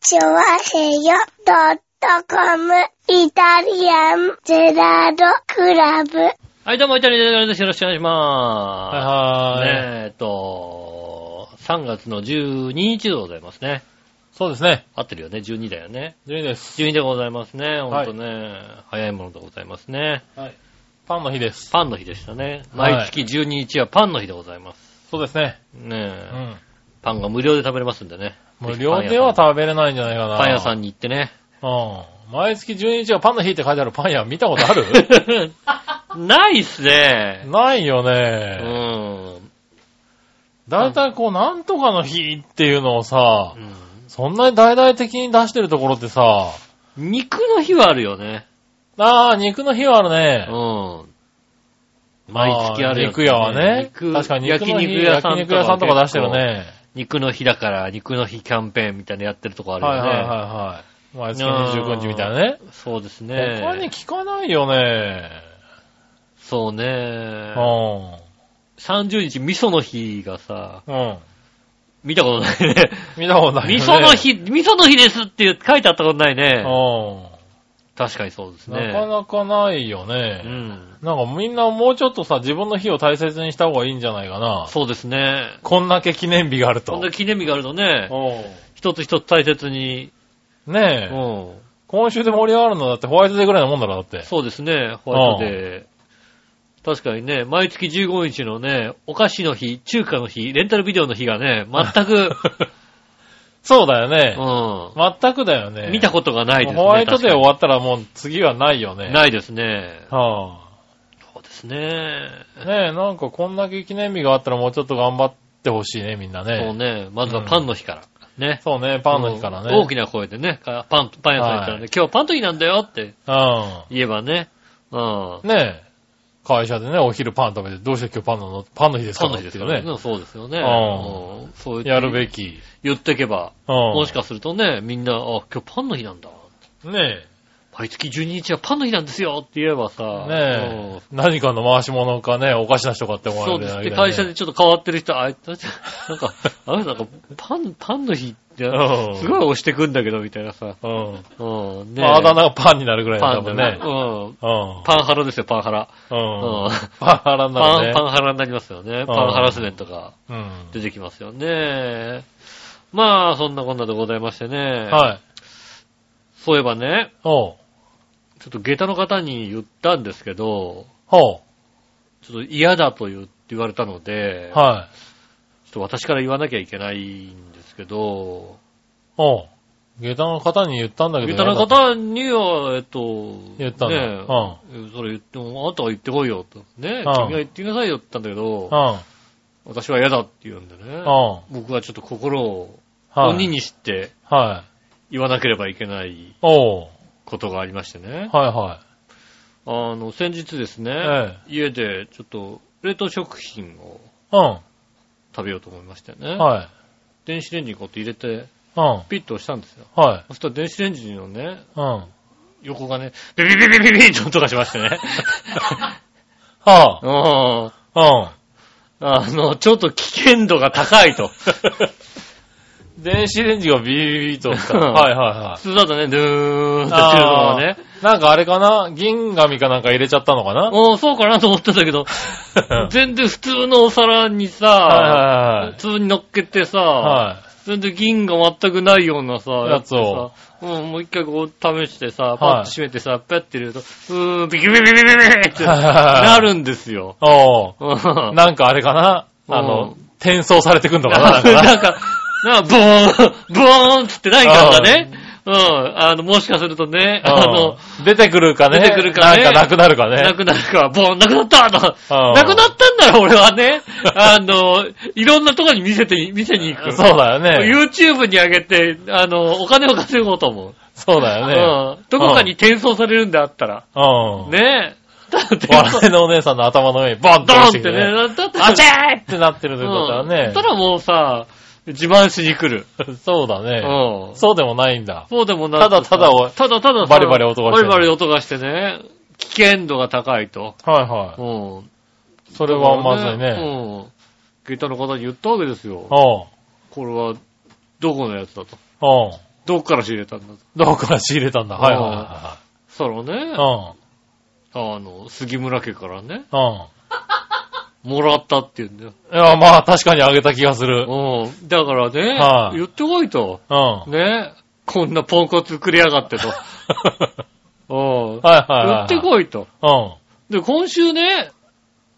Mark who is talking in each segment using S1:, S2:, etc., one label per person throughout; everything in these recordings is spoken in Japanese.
S1: チョワヘヨドットコムイタリアンゼラードクラブ。
S2: はい、どうも、イタリアンジェラードです。よろしくお願いしま
S3: は
S2: す。
S3: いはい。
S2: ねえっと、3月の12日でございますね。
S3: そうですね。
S2: 合ってるよね、12だよね。
S3: 12です。
S2: 12でございますね。ほん
S3: はい
S2: とね、早いものでございますね。
S3: はい。パンの日です。
S2: パンの日でしたね。
S3: はい
S2: 毎月12日はパンの日でございます。
S3: そうですね。
S2: ね
S3: う
S2: え、
S3: ん。
S2: パンが無料で食べれますんでね。
S3: 無料では食べれないんじゃないかな。
S2: パン屋さ
S3: ん。
S2: んに行ってね。
S3: うん。毎月12日はパンの日って書いてあるパン屋見たことある
S2: ないっすね。
S3: ないよ
S2: う
S3: ね。
S2: ん。
S3: だいたいこう、なんとかの日っていうのをさ
S2: う、ん
S3: そんなに大々的に出してるところってさ、
S2: 肉の日はあるよね。
S3: あー、肉の日はある
S2: う
S3: ね。
S2: ん。毎月あるよ、
S3: 肉屋はね。
S2: 肉
S3: 確かに肉の
S2: 焼肉
S3: 日
S2: 屋さんとか
S3: 焼肉屋さんとか出してるね。
S2: 肉の日だから、肉の日キャンペーンみたいなのやってるとこあ
S3: は
S2: る
S3: い
S2: よ
S3: はい
S2: ね。
S3: はいはい。毎月29日みたいなね。
S2: そうですね。
S3: 他に聞かないよね。
S2: そうね。
S3: うん。
S2: 30日、味噌の日がさ、
S3: うん。
S2: 見たことない ね。
S3: 見たことない、ね。
S2: 味噌の日、味噌の日ですって書いてあったことないね。
S3: う
S2: 確かにそうです
S3: ん。なか
S2: ね。
S3: なかないよ
S2: う
S3: ね。
S2: ん。
S3: なんかみんなもうちょっとさ、自分の日を大切にした方がいいんじゃないかな。
S2: そうですね。
S3: こんだけ記念日があると。
S2: こんな記念日があるとね、
S3: う
S2: 一つ一つ大切に、
S3: んね
S2: う
S3: え。
S2: ん。
S3: 今週で盛り上がるのだってホワイトデーぐらいのもんだろ、だって。
S2: そうですね、ホワイトデー。確かにね、毎月15日のね、お菓子の日、中華の日、レンタルビデオの日がね、全く、
S3: そうだよね。
S2: う
S3: 全くだよね。
S2: ん。見たことがないですね。
S3: ホワイトデー終
S2: わ
S3: わったらもう次はないよね。
S2: ないですね。
S3: は
S2: そうですね。
S3: あ、ねえ、なんかこんだけ記念日があったらもうちょっと頑張ってほしいね、みんな
S2: そう
S3: ね。
S2: ね、まずはパンの日から。ね。
S3: そうね、パンの日からね。
S2: 大きな声でね、かパン、パン屋さん行ったらね、
S3: は
S2: 今日パンの日なんだよって
S3: うん。
S2: 言えばね、うん。
S3: ねえ、会社でね、お昼パン食べて、どうして今日パンなのパンの日です
S2: パ
S3: か
S2: ンの日ですか
S3: って
S2: ら
S3: いうね。
S2: ね。そうですよね。
S3: うん
S2: うんそう
S3: やる
S2: き。
S3: べき。
S2: 言ってけば、
S3: うん。
S2: もしかするとね、みんな、あ、今日パンの日なんだ。
S3: ね
S2: 毎月12日はパンの日なんですよって言えばさ、
S3: え、ねえ、何かの回し物かね、おかしな人かって
S2: うん
S3: 思わ
S2: そう
S3: れる
S2: です
S3: だ
S2: って
S3: けで
S2: 会社でちょっと変わってる人、あいつ、なん か、あれなんか、パン、パンの日って、
S3: うん
S2: すごい押してくんだけど、みたいなさ。
S3: うん。
S2: うん、ね
S3: まあ、あだ名がパンになるぐらい
S2: パ
S3: だ
S2: ン
S3: も
S2: だ
S3: ん
S2: ね
S3: ね。。
S2: うん。
S3: うん。
S2: パンハラですよ、パンハラ。
S3: うん。
S2: うん。
S3: パンハラに
S2: パ
S3: な
S2: ン、
S3: るね。
S2: パンハラになりますよね。パンハラスメントが
S3: うん。
S2: 出てきますよね。まあ、そんなこんなでございましてね。
S3: はい。
S2: そういえばね、
S3: おう。
S2: ちょっと下駄の方に言ったんですけど、
S3: ほ
S2: ちょっと嫌だと言うって言われたので、
S3: う。は
S2: ちょっと私から言わなきゃいけないんですけど、
S3: い。おう。下駄の方に言ったんだけど。
S2: 下駄の方には、えっと、
S3: 言ったんだ。
S2: ねえそれ言っても、あなたが言ってこいよと。ねえ、君
S3: うん
S2: が言ってくださいよって言ったんだけど、私は嫌だって言うんでね
S3: うん。うん。う、ん。
S2: 僕はちょっと心を
S3: はい。
S2: 鬼にして
S3: はい。
S2: 言わなければいけない
S3: おう。
S2: ことがありましてね。
S3: はいは
S2: あの、先日ですね、
S3: え
S2: 家でちょっと冷凍食品を
S3: い。う
S2: 食べようと思いましてね、
S3: ん。はい。
S2: 電子レンジにこうやって入れて、
S3: うん。
S2: ピッと押したんですよ。
S3: はい。
S2: そしたら電子レンジのね、
S3: うん。は
S2: 横がね、ビビビビビビビと音がしましてね。
S3: あ。
S2: うん
S3: う
S2: あの、ちょっと危険度が高いと。
S3: ん。電子レンジがビービービーとした。
S2: うん
S3: はいはいは
S2: 普通だとね、ドゥーンっ
S3: い。
S2: てしてるのがね。
S3: あーなんかあれかな銀紙かなんか入れちゃったのかな
S2: うん、そうかなと思ってたけど、全然普通のお皿にさ、
S3: はいはいはい。
S2: 普通に乗っけてさ、
S3: は
S2: それで銀が全くないようなさ、
S3: やつを
S2: やつさ。うん、もう一回こう試してさ、
S3: い
S2: パッと閉めてさ、ペッて入れると、うーん、ビキビキビキビキビキって
S3: はいはいはい
S2: なるんですよ。
S3: い。お
S2: うん
S3: うなんかあれかなあ
S2: う
S3: の
S2: ん、
S3: 転送されてくんのかな
S2: な
S3: なんんかな
S2: か、なんか、ブーン、ブーンっつって何かがね、うん、あの、もしかするとね、あの、
S3: うん出てくるかね
S2: 出てくるかね
S3: なんかなくなるか
S2: な
S3: ね。
S2: くなるか、ボーン、なくなったと。
S3: うん
S2: なくなったんなら俺は ね、あの、いろんなとこに見せて、見せに行く。
S3: そうだよね。
S2: YouTube に上げて、あの、お金を稼ごうと思う。
S3: そうだよね。
S2: うん。どこかに転送されるんであったら。
S3: うん。
S2: ねえ。だって、
S3: 笑いのお姉さんの頭の上にボン
S2: ド
S3: と
S2: ーン
S3: 落
S2: って
S3: ちてきて
S2: ね。
S3: ね。
S2: だって、
S3: あち
S2: ゃ
S3: ゃーってなってるということは
S2: そ
S3: ね
S2: し。たらもうさ、自慢しに来る。
S3: そうだ
S2: う
S3: ね。
S2: ん。
S3: そうでもないんだ。
S2: そうでもな
S3: ただただお
S2: ただたださ
S3: バリバリ音がしてる
S2: バリバリ音がしてね。危険度が高いと。
S3: はいは
S2: うん。
S3: い。それはまずい
S2: だから
S3: ね。
S2: うん。ゲタの方に言ったわけですよ。
S3: おう
S2: これは、どこのやつだと。
S3: おう
S2: どっから仕入れたんだ
S3: どこから仕入れたんだ。はいはいは
S2: そのね
S3: い、は
S2: あの、杉村家からね、
S3: い。うん。うん。
S2: もらったって言うんだよ。
S3: いや、まあ確かにあげた気がする。
S2: うん。だからね、
S3: はい
S2: 言ってこいと。
S3: うん。は
S2: ね、こんなポンコツ作りやが ってと。うん。
S3: いはいはい。
S2: 言ってこいと。
S3: うん。
S2: で、今週ね、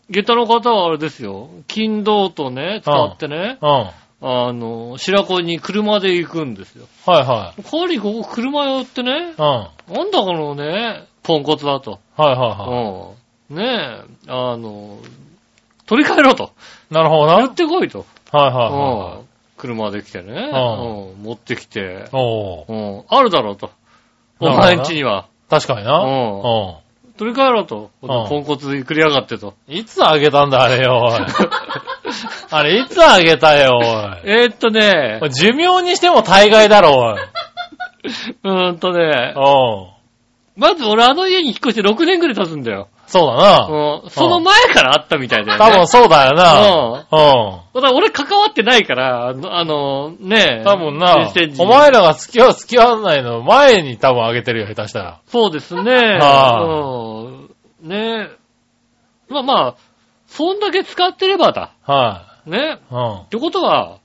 S2: 下駄の方はあれですよ、金道とね、使ってね、
S3: うん。はい
S2: あの、白子に車で行くんですよ。
S3: はい。
S2: 代わりここ車寄ってね、
S3: うん。は
S2: なんだこのね、ポンコツだと。
S3: いはいは
S2: うん。ねえ、あの、取り替えろと。
S3: い。なるほどな。はい
S2: 言ってこいと。
S3: はいうは
S2: ん。車で来てね、
S3: うん
S2: うん。持ってきて
S3: い。、おー。
S2: うん。あるだろうと。お
S3: なるほど
S2: 前
S3: な
S2: んちには。
S3: 確かに
S2: う
S3: な。
S2: ん。
S3: う
S2: 取り替えろと。
S3: うん
S2: ポンコツに繰り上がってと。
S3: ん。いつあげたんだ、あれよ、おい。あれ、いつあげたよ、おい。
S2: えーっとね、
S3: 寿命にしても大概だろ、
S2: うーんとね、
S3: おい。うん。
S2: まず俺あの家に引っ越して6年ぐらい経つんだよ。
S3: そうだな。
S2: うんその前からあったみたいだよね。
S3: 多分そうだよ
S2: うん
S3: な。うん。
S2: だから俺関わってないから、あの、あのねえ。
S3: 多分な
S2: 実践、時
S3: お前らが付き合う付き合わないの前に多分あげてるよ、下手したら。
S2: そうですね。
S3: は
S2: うん。ねえ。まあまあ、そんだけ使ってればだ。
S3: は
S2: ね。
S3: い。うん。は
S2: ってことは、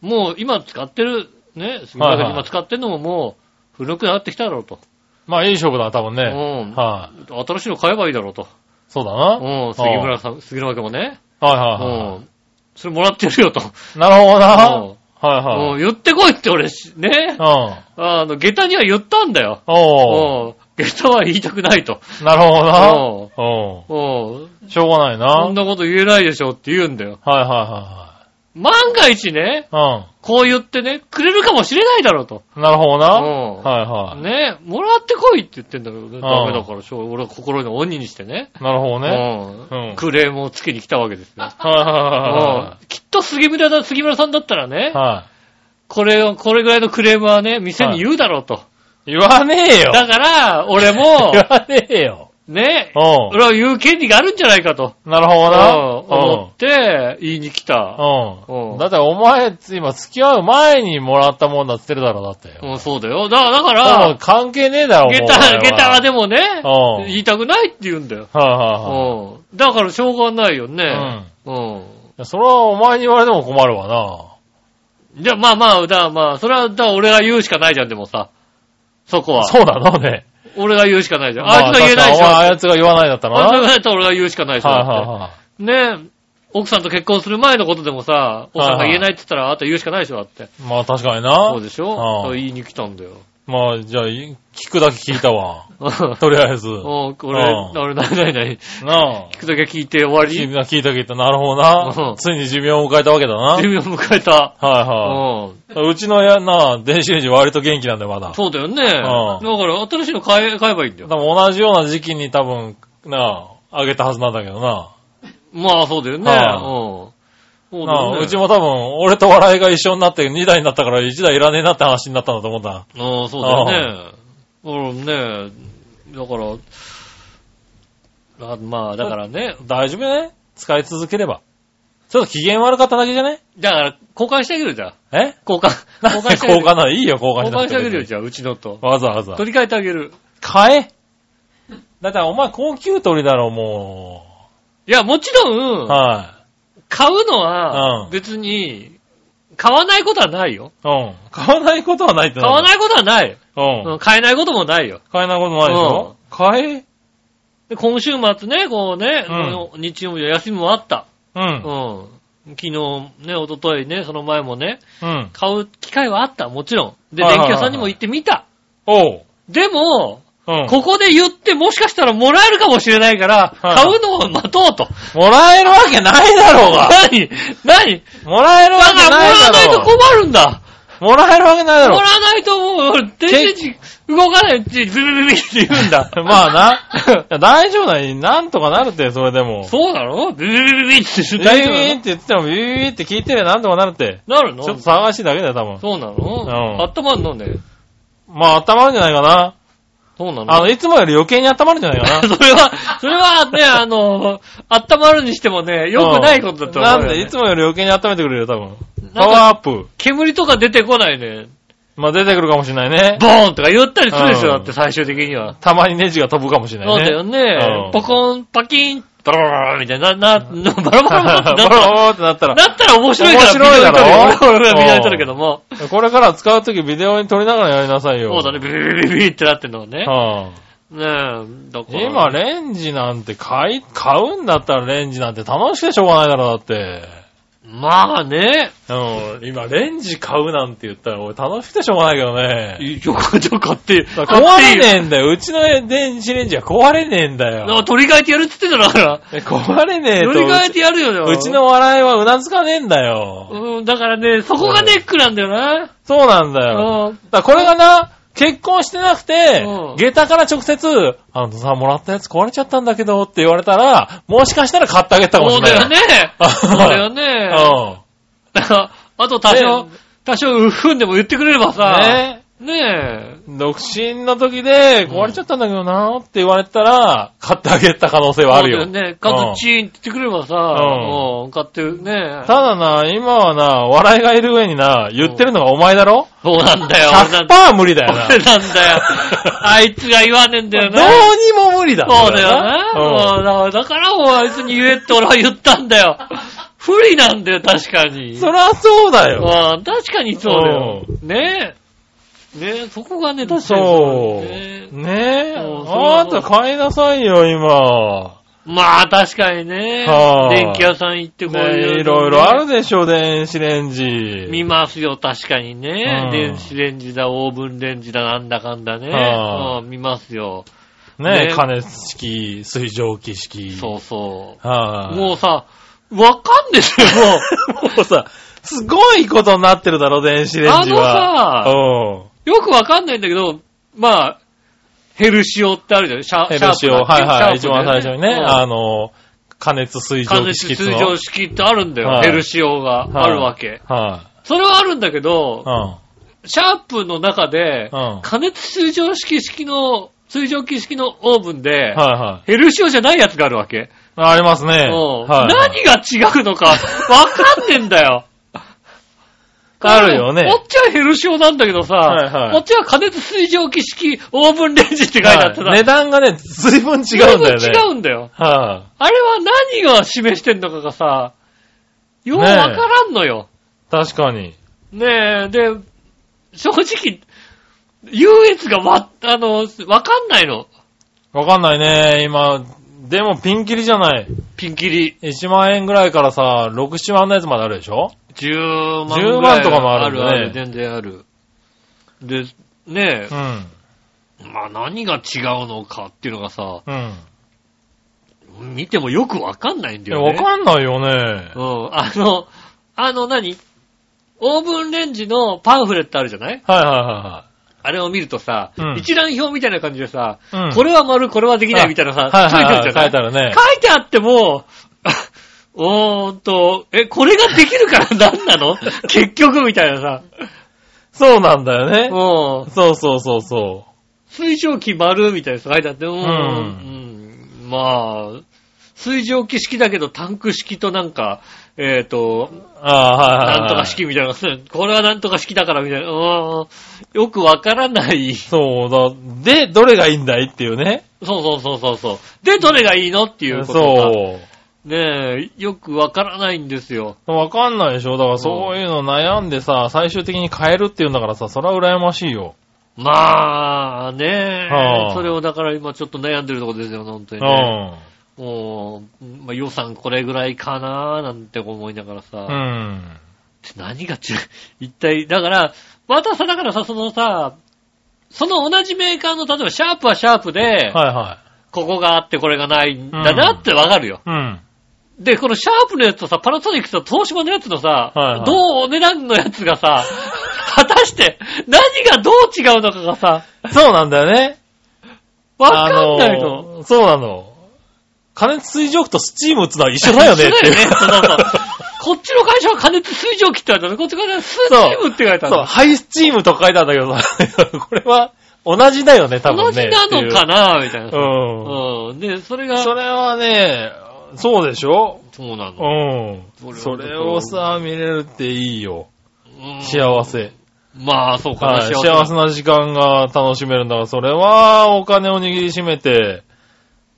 S2: もう今使ってる、ね、杉村さんが今使ってるのももう古くなってきただろうと。
S3: まあ、いい勝負だ、多分ね。
S2: うん。
S3: はい。
S2: 新しいの買えばいいだろうと。
S3: そうだな。
S2: うん、杉村さん、杉村家もね。
S3: はいは
S2: う
S3: いは
S2: ん。それもらってるよと。
S3: い。なるほど
S2: うん
S3: な。はい
S2: も
S3: は
S2: う
S3: い。
S2: 言ってこいって俺し、ね
S3: う。ん。
S2: あの、下駄には言ったんだよ。
S3: お
S2: うん。下駄は言いたくないと。
S3: うなるほどな。
S2: う
S3: お
S2: ん。うん。
S3: うしょうがないな。は
S2: そ
S3: い
S2: んなこと言えないでしょって言うんだよ。
S3: はいは
S2: 万が一ね、
S3: いは
S2: こう言ってね、くれるかもしれないだろうと。
S3: い。うん。なるほどな。
S2: うん
S3: はいはい。
S2: ね、もらってこいって言ってんだけどね、
S3: ん
S2: ダメだから、しょう俺は心の鬼にしてね。
S3: なるほどね。
S2: う。
S3: うんん
S2: クレームをつけに来たわけですよ。
S3: はいは
S2: うんきっと杉村だ、杉村さんだったらね
S3: いはいはい。、は
S2: これを、これぐらいのクレームはね、店に言うだろうと。
S3: い。言わねえよ。
S2: だから、俺も
S3: 言、わねえよ。
S2: ね、
S3: う
S2: 俺は言う権利があるんじゃないかと、
S3: ん。なるほどな。
S2: うん思って、言いに来た。う
S3: うんん。だってお前、今付き合う前にもらったもんだって言ってるだろ、だって。
S2: うん、そうだよ。だだか
S3: 多分
S2: ら、
S3: 関係ねえだろ、
S2: 下
S3: もう
S2: 駄、下駄はでもね、
S3: うん
S2: 言いたくないって言うんだよ。
S3: はいは
S2: うん。だからしょうがないよ
S3: い
S2: ね。
S3: はい。
S2: うん。
S3: うん。それはお前に言われても困るわな。
S2: じゃあまあまあ、だからまあ、それは、だから俺が言うしかないじゃん、でもさ。そこは。
S3: そうなのね。
S2: 俺が言うしかないじゃん。
S3: ま
S2: あいつが言えないでしょ。
S3: 確かにお前あ
S2: あい
S3: やつが言わないだった
S2: つ
S3: ら
S2: が
S3: な。はい
S2: 言えないと俺が言うしかないでしょ。
S3: はいは
S2: ねえ、奥さんと結婚する前のことでもさ、奥さんが言えないって言ったら、あと言うしかないでしょ、だって。
S3: い。まあ確かに
S2: そう
S3: な。
S2: でしょ
S3: ああ
S2: そう言いに来たんだよ。
S3: まあじゃあ、聞くだけ聞いたわ。
S2: う
S3: とりあえず。
S2: ん、俺、
S3: うん
S2: 俺、なになになに、
S3: なあ。
S2: 聞くだけ聞いて終わ
S3: 聞い
S2: り
S3: た聞いた聞いた。なる
S2: う
S3: ほど
S2: ん
S3: な。ついに寿命を迎えたわけだな。はい
S2: 寿命迎えた。う
S3: は
S2: ん。
S3: い。うちのやな、電子レンジ割と元気なんだよ、まだ。
S2: そうだよね。だから、新しいの買え、買えばいいんだよ。
S3: 多分同じような時期に多分、なあ、あげたはずなんだけどな。
S2: まあ、そうだよね。
S3: ああ
S2: うん。そうだ
S3: な
S2: よね。
S3: あうちも多分、俺と笑いが一緒になって2台になったから1台いらねえなって話になったんだと思うんだ。
S2: ああ、そうだよね。うんね。だから、あまあ、だからね。
S3: 大丈夫ね使い続ければ。ちょっと機嫌悪かっただけじゃね
S2: だから、交換してあげるじゃん。
S3: え
S2: 交換。
S3: なんで
S2: 交換してあ
S3: 交
S2: げる。
S3: 換なのいいよ、交換
S2: 交
S3: しな
S2: 換
S3: く
S2: してあ
S3: て
S2: げるよ、
S3: 別に。
S2: じゃあ、うちのと。
S3: わざわざ。
S2: 取り替えてあげる。
S3: 買えだってお前高級鳥だろ、も
S2: いや、もちろ
S3: う。
S2: ん、
S3: は
S2: 買うのは
S3: う、ん
S2: 別に、買わないことはないよ。
S3: い。うん。買わないことはないって
S2: 買わ
S3: い
S2: ないことはない。
S3: う
S2: うんん。買えないこともないよ。
S3: 買えないことないでしょ買え
S2: で、今週末ね、こうね、この日曜日は休みもあった。
S3: う。
S2: うんん。昨日ね、一昨日ね、その前もね、
S3: うん。
S2: 買う機会はあった、もちろん。で、
S3: はい
S2: 電
S3: はい
S2: 気
S3: はい
S2: 屋さんにも行ってみた。
S3: おう。
S2: でも、
S3: うん。
S2: ここで言ってもしかしたらもらえるかもしれないから、
S3: はい
S2: 買うのを待とうと。
S3: もらえるわけないだろうが
S2: 何何
S3: もらえる
S2: だ
S3: わけ
S2: からも
S3: ない
S2: らわ
S3: だ
S2: ない
S3: ろ
S2: と困るんだ。
S3: もらえるわけないだ
S2: も
S3: ろ
S2: らわないともう、電子レンジ動かないって、ズルルルって言うんだ。
S3: まあな。いや大丈夫だよ。なんとかなるって、 それでも。
S2: そうな のズルルルルって
S3: ビ
S2: 言う
S3: ビ
S2: 大丈
S3: ーって言ってても、ビビビーって聞いてりゃなんとかなるって。
S2: 夫なのなるの
S3: ちょっと騒がしいだけだよ、多分。
S2: そうな
S3: うん
S2: の温まんのね。
S3: まあ、温まるんじゃないかな。
S2: そうなの
S3: あの、いつもより余計に温まるんじゃない かな。
S2: それは、それはね、あの、温まるにしてもね、良くないことだと思うよ、ね。
S3: なんで、いつもより余計に温めてくれるよ、多分。
S2: なん
S3: パ
S2: か
S3: ワーアップ。
S2: 煙とか出てこないね。
S3: まあ出てくるかもしれないね。
S2: ボーンとか言ったりするでしょ、
S3: うん
S2: だって最終的には。
S3: たまにネジが飛ぶかもしれ
S2: そう
S3: ない
S2: だよ
S3: ね。う
S2: ね
S3: ん。
S2: ポコン、パキン、ドローンみたいな、な、な、バラ
S3: ボ
S2: バ
S3: ロ
S2: ラバラってな
S3: ボ
S2: った
S3: ロってなったら、
S2: だったら面白いから、
S3: 面白いだろ
S2: ビデオに撮るよ俺はビデオに撮るけども。
S3: これから使うときビデオに撮りながらやりなさいよ。
S2: そうだね、ビビビビビってなってんのね。
S3: はあ
S2: ねえ、だから。
S3: 今、レンジなんて買い、買うんだったらレンジなんて楽しくてしょうがないだろ、だって。
S2: まあね、
S3: うん。今、レンジ買うなんて言ったら俺楽しくてしょうがないけどね。
S2: ちょこちょこ買って、
S3: だから壊
S2: 買って
S3: れねえんだよ。うちの電子レンジは壊れねえんだ
S2: なんか
S3: よ。
S2: 取り替えてやるって言ってたから。
S3: え壊れねえと
S2: 取り替えてやるよ、でも
S3: うち、うちの笑いはうなずかねえんだよ。
S2: うん、だからね、そこがネックなんだよな。
S3: そうなんだよ。
S2: うん。
S3: だからこれがな、結婚してなくて
S2: うん、
S3: 下駄から直接、あのさ、もらったやつ壊れちゃったんだけどって言われたら、もしかしたら買ってあげたかも
S2: そ
S3: し
S2: うだ
S3: れ
S2: よ
S3: ない。
S2: ね。そうだよね。だからあと多少
S3: ね、
S2: 多少うっふんでも言ってくれればさ、
S3: ね
S2: ね
S3: うん。独身の時で、壊れちゃったんだけどなーって言われたら、買ってあげた可能性
S2: え。
S3: はあるよ。
S2: そうだね。カクチーンって言ってくれればさ、
S3: ん
S2: うん、買ってね。
S3: ただな、今はな、笑いがいる上にな、言ってるのがお前だろ
S2: そうなんだよ。俺なんだ
S3: ?100% 無理だよな。
S2: 俺なんだ よ。あいつが言わねえんだよ
S3: ど
S2: な。
S3: うにも無理だ。
S2: そうだよな。
S3: う
S2: も
S3: ん
S2: うだだからもうあいつに言えって俺は言ったんだよ。 不利なんだよ、確かに。
S3: そりゃそうだよ。
S2: うん確かにそうだよ。ねえ。ねえ、そこがね、確かに
S3: そう。
S2: ね
S3: ね
S2: え
S3: え。
S2: うん
S3: あなた買いなさいよ、今。
S2: まあ、確かにね。
S3: はい
S2: 電気屋さん行ってこういうの
S3: ね
S2: ね
S3: いろいろあるでしょ、電子レンジ。
S2: 見ますよ、確かにね
S3: う。ん
S2: 電子レンジだ、オーブンレンジだ、なんだかんだね。
S3: は
S2: うん見ますよ。
S3: ね
S2: ね
S3: え、加熱式、水蒸気式。
S2: そうそう。
S3: はい。
S2: もうさ、わかんですよ、 もう。
S3: もうさ、すごいことになってるだろ、電子レンジ
S2: あ
S3: は。のさ、
S2: よくわかんないんだけど、まあ、ヘルシオってあるじゃん。シャ
S3: ヘルシオ、
S2: シャープ
S3: はいはい、
S2: シ
S3: 一
S2: ャー
S3: 番
S2: プだ
S3: 最
S2: よ
S3: 初にね、
S2: うん
S3: あの、加熱水
S2: 加
S3: 蒸気式
S2: 熱
S3: っ
S2: 通
S3: ていうの
S2: 常式ってあるんだよ。
S3: はい
S2: ヘルシオがあるわけ。
S3: は
S2: それはあるんだけ
S3: い。
S2: ど、シャープの中で
S3: うん。う、ん。は
S2: 加熱通常式式の、通常式式のオーブンで
S3: い、はい。
S2: ヘルシオじゃないやつがあるわけ。
S3: ありますね。
S2: うん
S3: はい
S2: 何が違うのか、わかんねえんだよ。
S3: あるよね
S2: こっちはヘルシオなんだけどさ、
S3: はいはい
S2: こっちは加熱水蒸気式オーブンレンジって書いてあってさ、
S3: はい値段がね、随分違うん
S2: 違
S3: だよね。
S2: 違うんだよ。
S3: はい。
S2: あれは何が示してんのかがさ、ようわからんのよ。
S3: 確かに。
S2: ねえ、で、正直、優越がわ、あの、わかんないの。
S3: わかんないね、今。でもピンキリじゃない。
S2: ピンキリ。
S3: 1万円ぐらいからさ、6、7万のやつまであるでしょ
S2: 10万
S3: 10万とかもあるん
S2: ぐ
S3: だ
S2: らいあるある、
S3: ね
S2: 全然ある。で、ね
S3: う
S2: え、
S3: ん。
S2: まあ何が違うのかっていうのがさ、
S3: うん。
S2: 見てもよくわかんないんだ
S3: え
S2: よね。
S3: わかんないよね。
S2: うん、あの、あの何オーブンレンジのパンフレットあるじゃない
S3: はいは
S2: あれを見るとさ、
S3: うん
S2: 一覧表みたいな感じでさ、
S3: いはいはい。
S2: こ
S3: れ
S2: れは丸、これはできないみたいなさ、
S3: はいはいはい
S2: 書いてあるじ
S3: 書
S2: ゃ
S3: いて
S2: ない
S3: あるね。
S2: 書いてあっても、 おーんと、え、これができるから何なの 結局みたいなさ。
S3: そうなんだよね。
S2: うん。
S3: そうそうそうそ
S2: 水蒸気丸みたいなさ書いてあって、うーん、
S3: う
S2: うんまあ、水蒸気式だけどタンク式となんか、えっ、と、
S3: う。ああ、はいはいはい。
S2: なんとか式みたいな、 これはなんとか式だからみたいな、うーん、よくわからない。
S3: そうだ。で、どれがいいんだいっていうね。
S2: そうそうそうそうそう。で、どれがいいのっていうことが
S3: そ
S2: ねえ、よくわからないんですよ。
S3: う。わかんないでしょだからそういうの悩んでさ、最終的に変えるっていうんだからさ、それは羨ましいよ。
S2: まあねえ、
S3: はあ
S2: それをだから今ちょっと悩んでるところですよ、本当
S3: う
S2: に
S3: ん。
S2: ね。もう、まあ、予算これぐらいかななんて思いながらさ、
S3: うん。
S2: 何が違う、 一体、だから、またさ、だからさ、そのさ、その同じメーカーの、例えばシャープはシャープで、
S3: はいは
S2: ここがあってこれがないんだなってわかるよ。
S3: い。うん。
S2: で、このシャープのやつとさ、パナソニックと東芝のやつのさ、
S3: はいはい
S2: どうお値段のやつがさ、 果たして何がどう違うのかがさ、
S3: そうなんだよね。
S2: わかんないの。
S3: あのそうなの。加熱水蒸気とスチームっつうのは一緒だよね。
S2: 一緒だよね。そうそうそう。 こっちの会社は加熱水蒸気って書いてある。こっちの会社はスチームって書いてある
S3: そう、。ハイスチームとか書いてあるんだけどさ、 これは同じだよね、多
S2: 同
S3: 分
S2: じ
S3: ね。
S2: なのか
S3: な
S2: なみたいなさ。
S3: う
S2: うん。で、それ
S3: ん。
S2: が、
S3: それはね、そうでしょ
S2: そうな
S3: う
S2: の。
S3: ん
S2: それは。
S3: それをさ、見れるっていいよ。
S2: うん
S3: 幸せ。
S2: まあ、そうか、
S3: はい、
S2: 幸せ
S3: 幸せな時間が楽しめるんだから、それはお金を握りしめて、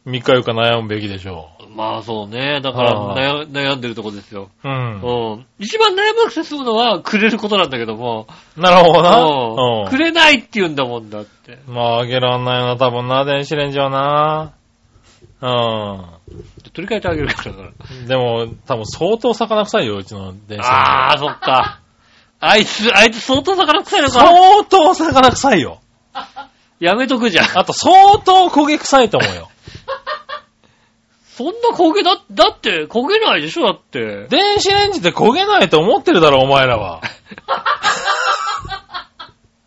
S3: 3日4日悩むべきでしょ
S2: まあ、そうね。だから
S3: は
S2: 悩、悩んでるとこですよ。
S3: う。うん。
S2: うん。一番悩まなくて済むのは、くれることなんだけども。
S3: なるほどな。
S2: うん
S3: うん
S2: くれないって言うんだもんだって。
S3: まあ、あげらんないな、多分な、電子レンジはな。う
S2: 取り替えてあげるからだか
S3: ん。 でも、多分相当魚臭いよ、うちの電子レン
S2: ら。
S3: ジ。
S2: ああ、そっか。あいつ、あいつ相当魚臭いのか。
S3: 相当魚臭いよ。
S2: やめとくじゃん。
S3: あと、相当焦げ臭いと 思うよ。
S2: そんな焦げだ、だって、焦げないでしょだって。
S3: 電子レンジって焦げないと思ってるだろ、お前らは。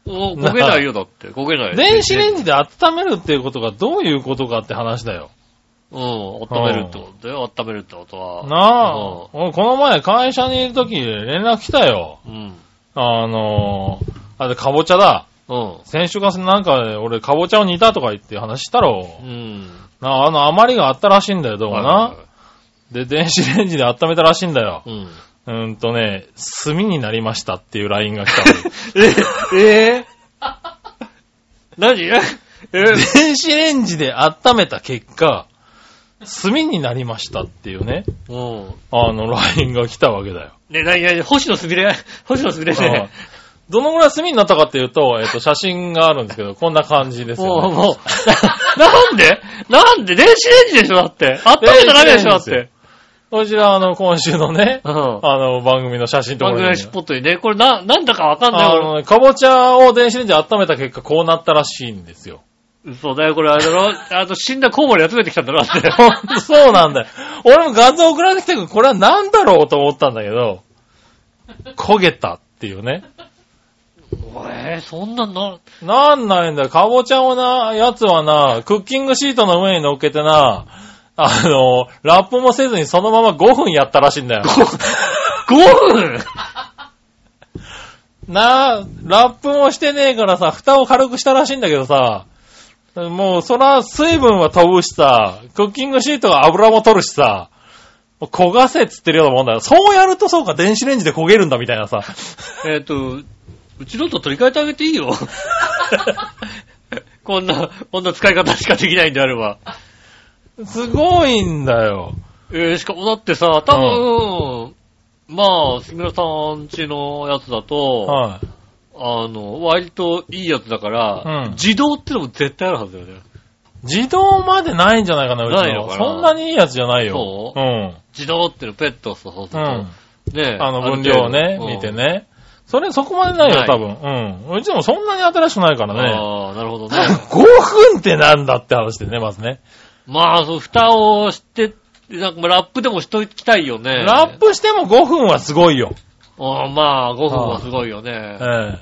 S2: お焦げないよ、だって。焦げない。
S3: 電子レン
S2: ジ
S3: ジで温めるっていうことがどういうことかって話だよ。
S2: うん、温めるってことだよ。温めるってことは。
S3: なあ、俺この前会社にいるとき連絡来たよ。
S2: うん。
S3: あのー、あれ、かぼちゃだ。
S2: うん。
S3: 先週かなんかね俺かぼちゃを煮たとか言って話したろ。
S2: うん。
S3: なあ、あの余りがあったらしいんだよ、どうも
S2: はい
S3: な。で、電子レンジで温めたらしいんだよ。
S2: うん。
S3: うーんとね、炭になりましたっていう LINE が来たの。
S2: え、え 何え、
S3: 電子レンジで温めた結果、炭になりましたっていうね、
S2: うん。
S3: あの LINE が来たわけだよ。
S2: ね、何何星野すみれ星野すみれ ね。
S3: どのぐらい炭になったかっていうと、えっ、と、写真があるんですけど、こんな感じです
S2: もう、
S3: よ、ね。
S2: もう、ななんでなんで電子レンジでしょだって。温めただけでしょだって。
S3: こちら、あの、今週のね、
S2: うん。
S3: あの、番組の写真と
S2: 番
S3: こ
S2: 組
S3: ろ
S2: の
S3: に
S2: ス。ポットにね、これな、なんだかわかんない
S3: あ
S2: 俺。
S3: の、かぼちゃを電子レンジで温めた結果、こうなったらしいんですよ。
S2: そうだよ、これあれだろ。あの、死んだコウモリ集めてきたんだろ、だ って。
S3: ほんと そうなんだよ。俺も画像送られてきたけど、これは何だろうと思ったんだけど、焦げたっていうね。
S2: えー、そんなんな、
S3: なんないんだよ。かぼちゃをな、やつはな、クッキングシートの上に乗っけてな、あの、ラップもせずにそのまま5分やったらしいんだよ。
S2: 5分
S3: なあ、ラップもしてねえからさ、蓋を軽くしたらしいんだけどさ、もうそら水分は飛ぶしさ、クッキングシートは油も取るしさ、もう焦がせっつってるようなもんだよ。そうやるとそうか、電子レンジで焦げるんだみたいなさ。
S2: えっ、と、うちのと取り替えてあげてい いよ。こんな、こんな使い方しかできないんであれば。
S3: すごいんだよ。
S2: えー、しかもだってさ、多分、まあ、杉村さんちのやつだと、
S3: はい。
S2: あの、割といいやつだから、
S3: うん
S2: 自動ってのも絶対あるはずだよね。
S3: 自動までないんじゃないかな、うちの。
S2: ないのかな
S3: そんなにいいやつじゃないよ。
S2: そう
S3: うん。
S2: 自動ってのペットをそうそう
S3: う
S2: そう。
S3: ん。
S2: ね
S3: あの分量をね、見て。ね。それ、そこまでないよ、多分。うん。うちでもそんなに新しくないか
S2: ある程度う
S3: ら
S2: ん
S3: ね。
S2: ああ、なるほどね。
S3: 5分ってなんだって話でね、まずね。
S2: まあ、そう、蓋をして、なんかラップでもしときたいよね。
S3: ラップしても5分はすごいよ。
S2: あーまあ、5分はすごいよ
S3: え
S2: ね。
S3: え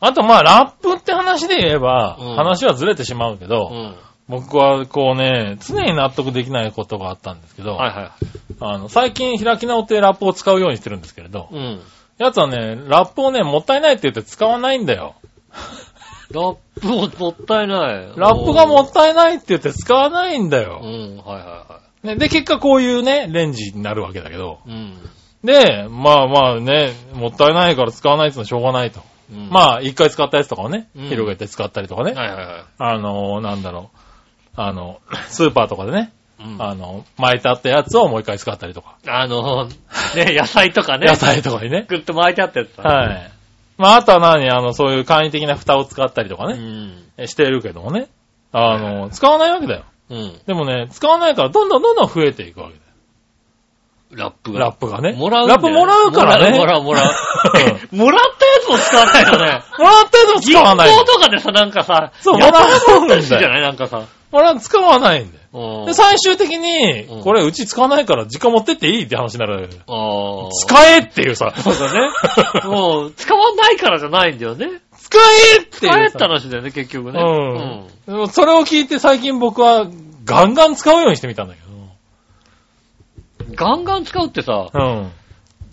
S3: あと、まあ、ラップって話で言えば、
S2: うん
S3: 話はずれてしまうけど、
S2: うん。
S3: 僕はこうね、常に納得できないことがあったんですけど、
S2: はいは
S3: あの最近開き直ってラップを使うようにしてるんですけれど
S2: い。、うん。
S3: やつはね、ラップをね、もったいないって言って使わないんだよ。
S2: ラップももったいない。
S3: ラップがもったいないって言って使わないんだ
S2: う
S3: よ。
S2: ん、はいはいは
S3: ね、で、結果こういうね、レンジになるわけだけど、
S2: い。うん。
S3: で、まあまあね、もったいないから使わないってのはしょうがないと。
S2: うん
S3: まあ、一回使ったやつとかをね、
S2: うん
S3: 広げて使ったりとかね。
S2: はいはいは
S3: あのー、なんだろう。あの、 スーパーとかでね、
S2: い。うん
S3: あの、巻いてあったやつをもう一回使ったりとか。
S2: あの、ね、野菜とかね。
S3: 野菜とかにね。
S2: ぐっと巻いてあったやつだね
S3: はい。まあ、あとは何、あの、そういう簡易的な蓋を使ったりとか
S2: う
S3: ね、
S2: ん。
S3: えしてるけどもね。あのー、使わないわけだよ。
S2: うん。
S3: でもね、使わないからどんどんどんどん増えていくわけだよ。
S2: ラップが。
S3: ラップがね。
S2: もらうんだよ
S3: ラップもらうからね。
S2: もらう、もらう。 もらったやつも使わないよね。
S3: もらったやつも 使わないんだ
S2: 銀行。
S3: よ
S2: とかでさ、なんかさ、
S3: そう
S2: やたら
S3: もらうんだ
S2: 使った
S3: よ
S2: りするじゃないなんかさ。
S3: もらう、使わないんだよ。
S2: うん
S3: で、最終的
S2: うん
S3: に、これうち使わないから時間持ってっていいって話になるわけだよ。
S2: ああ。
S3: 使えっていうさ。
S2: そうだ ね。 もう、使わないからじゃないんだよね。
S3: 使えって
S2: 使
S3: いうさ。
S2: えって話だよね、結局ね。
S3: うん。でもそれを聞いて最近僕はガンガン使うようにしてみたんだけ
S2: う
S3: ど。
S2: んガンガン使うってさ、
S3: うん。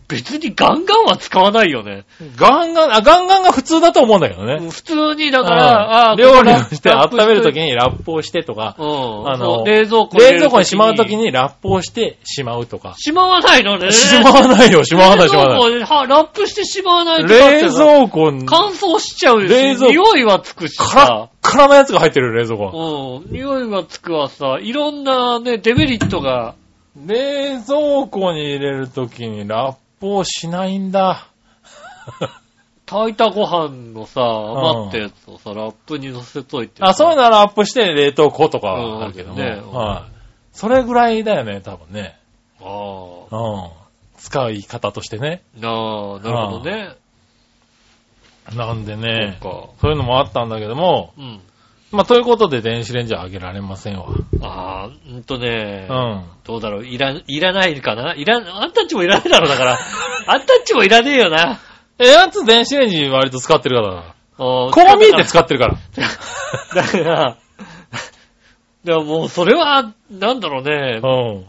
S2: 別にガンガンは使わないよね。
S3: ガンガン、あ、ガンガンが普通だと思うんだけどね。
S2: 普通に、だから、あー
S3: 料理をして
S2: ラップ
S3: 温めるとき
S2: し
S3: にラップをしてとか
S2: と、うん。
S3: あ
S2: あ
S3: の
S2: の、冷蔵庫入れ
S3: 冷
S2: る
S3: 蔵庫にしまうとき。にラップをしてしまうとか。
S2: しまわないのね。
S3: しまわないよ、しまわない、しまわない。
S2: 冷蔵庫ではラップしてしまわないとだって
S3: 冷蔵庫に、
S2: 乾燥しちゃうし、
S3: 冷蔵庫
S2: 匂いはつくし
S3: カラ
S2: さ。
S3: ッカラのやつが入ってるよ冷蔵庫。
S2: うん。匂いはつくわさ、いろんなね、デメリットが、
S3: 冷蔵庫に入れるときにラップをしないんだ。
S2: 炊いたご飯のさ、余
S3: ん
S2: ったやつをさ、ラップに乗せといて。
S3: あ、そういう
S2: な。
S3: のはラップして冷凍庫とかあるけども。
S2: うんね
S3: はい。それぐらいだよね、多分ね。
S2: あ
S3: うん。使い方としてね。
S2: あ。なあ、なるほどね。
S3: なんでね。
S2: そ
S3: そういうのもあったんだけども。
S2: うか。うん。
S3: まあ、ということで電子レンジはあげられませんわ。
S2: ああ、うんとね、
S3: うん。
S2: どうだろう、いら、いらないかないら、あんたんちもいらないだろ、だ から。あんたんちもいらねえよな。
S3: え、やつ電子レンジ割と使ってるから。
S2: こ
S3: こう見えて使ってるから。
S2: だから、でももうそれは、なんだろうね。
S3: うん。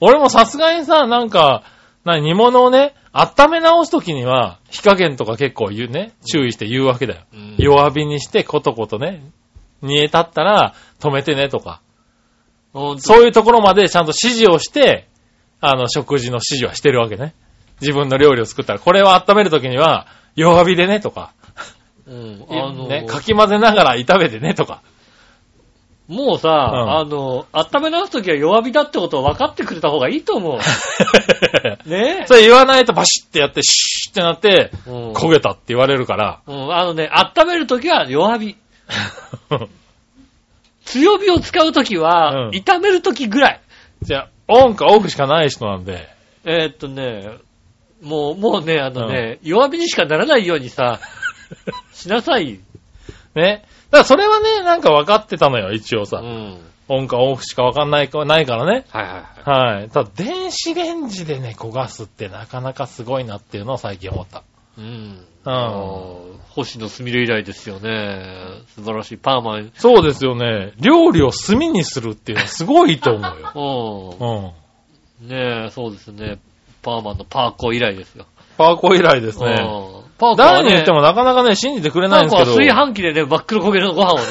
S3: 俺もさすがにさ、なんか、な煮物をね、温め直すときには、火加減とか結構言うね、注意して言うわけだよ。
S2: うん
S3: 弱火にしてコトコトね、煮え立ったら止めてねとか、
S2: ほんと
S3: そういうところまでちゃんと指示をして、あの、食事の指示はしてるわけね。自分の料理を作ったら、これを温めるときには、弱火でねとか、
S2: うんあの、
S3: あのね、かき混ぜながら炒めてねとか。
S2: もうさ、
S3: ん
S2: あの、温め直すときは弱火だってことを分かってくれた方がいいと 思う。ね
S3: それ言わないとバシッてやって、シュッってなって、
S2: うん
S3: 焦げたって言われるから。
S2: うんあのね、温めるときは弱火。強火を使うときは、
S3: うん
S2: 炒めるときぐらい。
S3: じゃあ、オンかオフしかない人なんで。
S2: えーっとね、もう、もうね、あのね、弱火にしかならないように さ、しなさい。
S3: ね。だからそれはね、なんか分かってたのよ、一応
S2: う
S3: さ。
S2: ん。
S3: オンかオフしか分かんないかないからね。
S2: はいはいはい。
S3: はい。ただ、電子レンジでね、焦がすってなかなかすごいなっていうのを最近思った。
S2: うん。
S3: うん
S2: あの星野すみれ以来ですよね。素晴らしい。パーマン。
S3: そうですよね。料理を炭にするっていうのはすごいと思うよ。
S2: う
S3: うん。
S2: ん。ねえ、そうですね。パーマンのパーコ以来ですよ。
S3: パーコ以来ですね。
S2: うんパーコは
S3: 誰に言
S2: ね
S3: って、もなかなかね、信じてくれな
S2: パ
S3: いん
S2: ー
S3: です
S2: コ
S3: け
S2: は
S3: ど。
S2: 炊飯器でね、真っ黒焦げのご飯をね。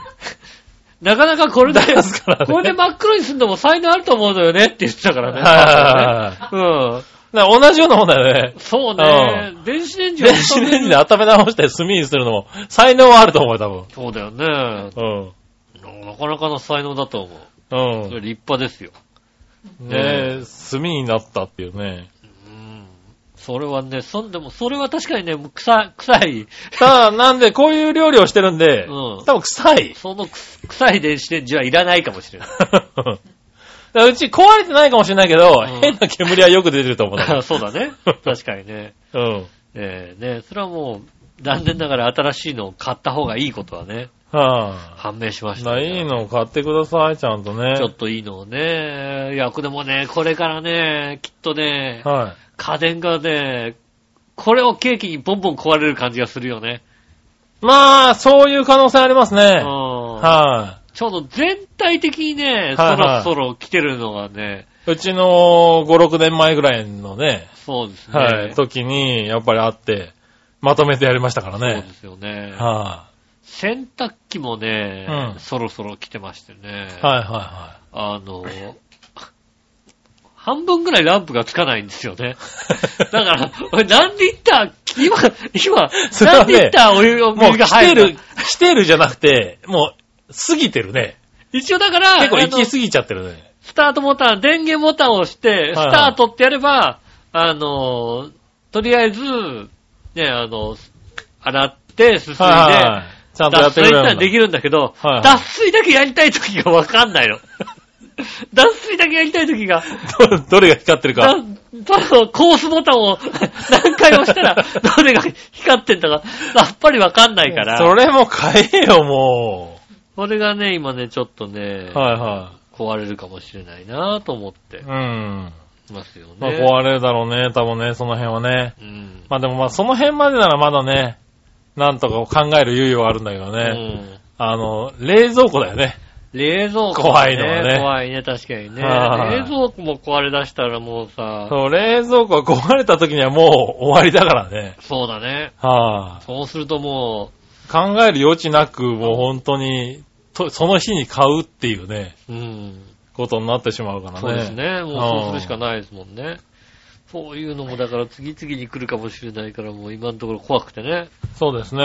S2: なかなかこれ で、
S3: すからね
S2: これで真っ黒にすんのも才能あると思うのよねって言ってたからね。
S3: はい
S2: パーコはね
S3: だから同じようなもんだよね
S2: うん。。そうね。電子レンジは
S3: 電子レンジで温め直して炭にするのも才能はあると思うよ、
S2: そうだよね。
S3: 多分。
S2: なかなかの才能だと思う。
S3: うん。
S2: それ
S3: う
S2: 立派ですよ。
S3: ん。ねえ、炭になったっていうね。
S2: うんそれはね、そんでも、それは確かにね、もう臭い、臭い、
S3: ただ、なんで、こういう料理をしてるんで、
S2: うん
S3: 多分臭い。
S2: その臭臭い電子レンジはいらないかもしれない。
S3: だからうち壊れてないかもしれないけど、
S2: ん
S3: 変な煙はよく出てると思う。
S2: あ そうだね。確かにね。
S3: うん。
S2: えー、ね、それはもう、残念ながら新しいのを買った方がいいこと はね、
S3: はあ。
S2: 判明しました
S3: な
S2: ね、
S3: いいの買ってください、ちゃんとね。
S2: ちょっといいのをね。いや、でもね、これからね、きっとね、
S3: はい。
S2: 家電がね、これを契機にボンボン壊れる感じがするよね。
S3: まあ、そういう可能性あります
S2: う
S3: ね。
S2: ん。
S3: は
S2: ちょうど全体的にね、そ
S3: はいは
S2: ろ
S3: い
S2: そろ来てるのがね、
S3: い。うちの5、6年前ぐらいのね、
S2: そうですね。
S3: はい、時に、やっぱりあって、まとめてやりましたから
S2: そう
S3: ね
S2: で。すよね。
S3: は
S2: 洗濯機もね、
S3: うん
S2: そろそろ来てましてね。
S3: い。はいはいは
S2: あの、半分ぐらいランプがつかないんですよね。だから、俺何リッター、今、今、
S3: それは
S2: 何
S3: ね
S2: リッターお湯を
S3: い。 もう
S2: 水が
S3: 来て
S2: 入る
S3: る。、来てるじゃなくて、もう、過ぎてるね。
S2: 一応だから、
S3: 結構
S2: あ
S3: 行
S2: の
S3: き過ぎちゃってるね。
S2: スタートボタン、電源ボタンを押して、
S3: いは
S2: ス
S3: い
S2: タートってやれば、あの、とりあえず、ね、あの、洗って、すすいで、
S3: はいはいはい。ちゃんとや
S2: 脱
S3: って
S2: 水って
S3: くれる
S2: の
S3: んだ
S2: はできるんだけど、
S3: はいはい
S2: 脱水だけやりたいときがわかんないの。 脱水だけやりたいときが、
S3: どどれが光ってる
S2: だ
S3: か。
S2: そのコースボタンを 何回押したら、どれが光ってんだか、やっぱりわかんないから、
S3: それも買えよ、も
S2: これがね、今ね、ちょっとね
S3: う。、はいは
S2: 壊れるかもしれないなと思って
S3: い。うん。
S2: ますよね。
S3: まあ壊れるだろうね、多分ね、その辺はね。
S2: うん。
S3: まあでもまあその辺までならまだね、なんとか考える猶予はあるんだけど
S2: う
S3: ね。
S2: ん
S3: あの、冷蔵庫だよね。
S2: 冷蔵庫、ね。
S3: 怖いのはね
S2: 怖いね、確かにね。
S3: はい
S2: 冷蔵庫も壊れ出したらもうさ、
S3: そう、冷蔵庫が壊れた時にはもう終わりだからね。
S2: そうだね。
S3: はあ、
S2: そうするとも
S3: 考える余地なく、もう本当に、とその日に買うっていうね、
S2: う、うん、
S3: ことになってしまうからね。
S2: そうですね。もうそうするしかないですもんね。そういうのもだから次々に来るかもしれないからもう今のところ怖くてね。
S3: そうですね。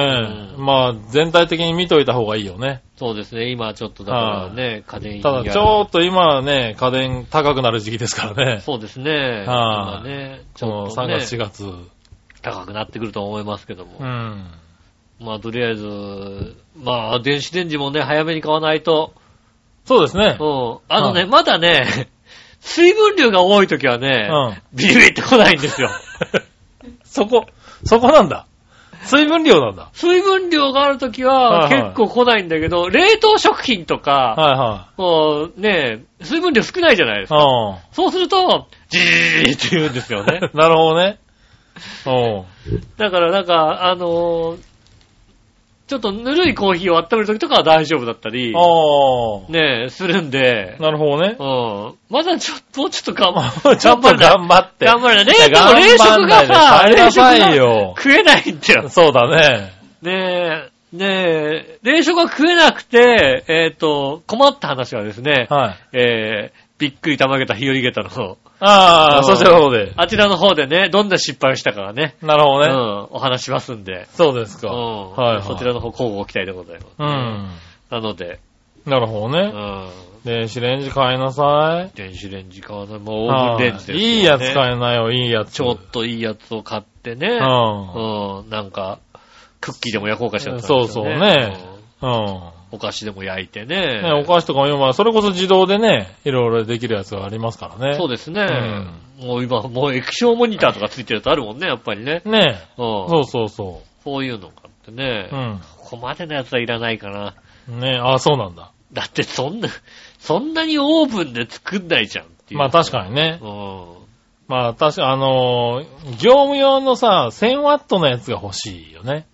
S2: うん
S3: まあ、全体的に見といた方がいいよね。
S2: そうですね。今ちょっとだからね、家電
S3: ただ、ちょっと今はね、家電高くなる時期ですからね。
S2: そうですね。
S3: は
S2: 今
S3: い
S2: ね、ち
S3: その
S2: ょっと、
S3: 3
S2: ね、
S3: 月、4月。
S2: 高くなってくると思いますけども。
S3: うん。
S2: まあとりあえず、まあ電子レンジもね、早めに買わないと。
S3: そうですね
S2: う。ん。あのね、
S3: はい
S2: まだね、水分量が多い時はね、
S3: うん
S2: ビリビリってこないん ですよ。
S3: そこ、そこなんだ。水分量なんだ。
S2: 水分量がある時
S3: は
S2: はい
S3: はい
S2: 結構来ないんだけど、冷凍食品とか、
S3: はいは
S2: もうね、水分量少ないじゃないです
S3: い。う
S2: か。そうすると、ジーって言うんですよね。
S3: ん。なるほどね。うん。
S2: だからなんか、あのーちょっとぬるいコーヒーを温めるときとかは大丈夫だったり、
S3: あ
S2: ねえ、するんで
S3: あ。、なるほどね
S2: う。ん。まだちょっと、もうちょっと頑張
S3: ちょっと
S2: 頑
S3: 頑張って。
S2: 頑張れない。冷凍、
S3: 頑張
S2: 冷食
S3: んな
S2: が
S3: いで
S2: さ、
S3: 帰り
S2: 冷
S3: な
S2: 食が
S3: さいよ。
S2: 食えないんだよ。
S3: そうだね。
S2: ねえ、ねえ、冷食が食えなくて、えっ、と、困った話はですね、
S3: はい。
S2: えー、びっくりたまげた日和げたの、う
S3: ああ、
S2: ん
S3: そちらの方で。
S2: あちらの方でね、どんな失敗をしたかはね、
S3: なるほ
S2: う
S3: ど
S2: ん
S3: ね。、
S2: お話しますんで、
S3: そうです
S2: うん、
S3: か。はいはい
S2: そちらの方、交互ご期待でございます。
S3: うん。
S2: なので、
S3: なるほど
S2: う
S3: ね。
S2: ん。
S3: 電子レンジ買いなさい。
S2: 電子レンジ買わない。もうオーブンレンジです、
S3: はいいいやつ買えないよ、いいやつ。
S2: ちょっといいやつを買ってね。
S3: うん。
S2: うん。なんか、クッキーでも焼こうかしら、
S3: そうそうねうん。
S2: うんお菓子でも焼いてね。
S3: ね、お菓子とかも今、それこそ自動でね、いろいろできるやつがありますからね。
S2: そうですね、もう今、もう液晶モニターとかついてるやつあるもんね、やっぱりね。
S3: ねえ。
S2: うん。
S3: そうそうそ
S2: そういうの買ってね。
S3: う。う
S2: ここまでのやつはいらないかな。
S3: ん。ねえ、あ、そうなんだ。
S2: だってそんな、そんなにオーブンで作んないじゃんっていう。
S3: まあ確かにね。
S2: うん。
S3: まあ確か、あのー業務用のさ、1000ワットのやつが欲しいよね。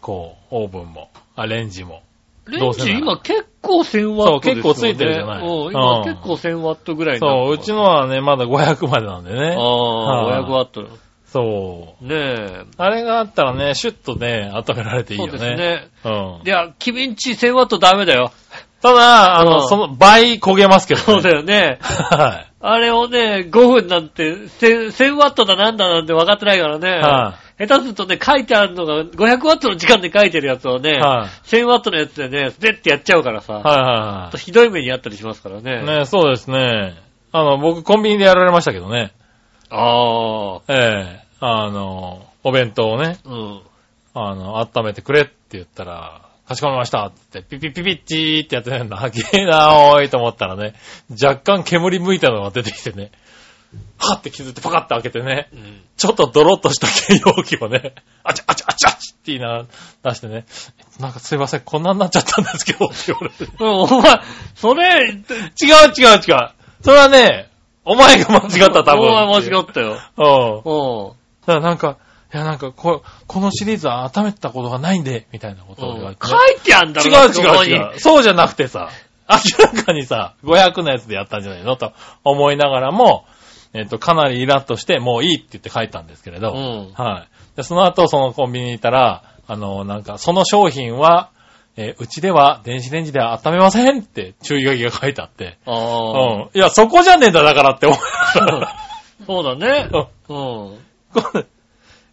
S3: こう、オーブンも、あ、レンジも。
S2: レ
S3: ど
S2: ン
S3: うせ
S2: ジ
S3: なら
S2: 今結構1000ワットですよ、ね。
S3: そう結構ついてるじゃない
S2: うん、今
S3: うん
S2: 結構1000ワットぐらいになって
S3: そう、う
S2: ます
S3: ちのはね、まだ500までなんでね。
S2: ああ、
S3: は
S2: 500
S3: い
S2: ワット。ね
S3: そ
S2: え。
S3: う。あれがあったらね、シュッとね、温められていい
S2: そ
S3: よ
S2: う
S3: ね。
S2: ですね。
S3: うん
S2: い。や、君んち1000ワットダメだよ。
S3: ただ、あの、
S2: うん
S3: その倍焦げますけど、ね。
S2: そうだよね。
S3: はい。
S2: あれをね、5分なんて、1000 1000ワットだなんだなんて分かってないからね。
S3: は
S2: 下手するとね、書いてあるのが、500ワットの時間で書いてるやつを
S3: い。
S2: ね、
S3: はい。
S2: 1000ワットのやつでね、スペッてやっちゃうからさ、
S3: はい
S2: ち
S3: はい
S2: ょっとひどい目にあったりしますからね。
S3: はい。ね、そうですね。あの、僕、コンビニでやられましたけどね。
S2: ああ、
S3: ええあの、お弁当をね、
S2: うん。
S3: あの、温めてくれって言ったら、かしこまりましたって言って、ピピピピッチーってやってね、なげえ な、おいと思ったらね、若干煙向いたのが出てきてね、はって気づいてパカッて開けてね、
S2: うん。
S3: ちょっとドロッとした軽容器をね、 あちゃあちゃあちゃあちって言いな、出してね、なんかすいません、こんなになっちゃったんですけど、って言われて。
S2: でもお前、それ、
S3: 違う違う違う。それはね、お前が間違った多分。
S2: お前間違ったよ。
S3: うん。
S2: うん。
S3: だからなんか、いやなんかこ、このシリーズは温めてたことがないんで、みたいなことを言
S2: う
S3: われ
S2: ん
S3: てね、
S2: 書いてあんだろ、そこ
S3: 違う
S2: に
S3: 違う違う。そうじゃなくてさ、明らかにさ、500のやつでやったんじゃないのと思いながらも、えっ、と、かなりイラッとして、もういいって言って書いたんですけれど、
S2: うん
S3: はい。で、その後、そのコンビニにいたら、あの、なんか、その商品は、えーうちでは電子レンジでは温めませんって注意書きが書いてあって、
S2: ああ。
S3: うん。いや、そこじゃねえんだ、だからって思う。
S2: そうだね。
S3: うん
S2: うん。
S3: こう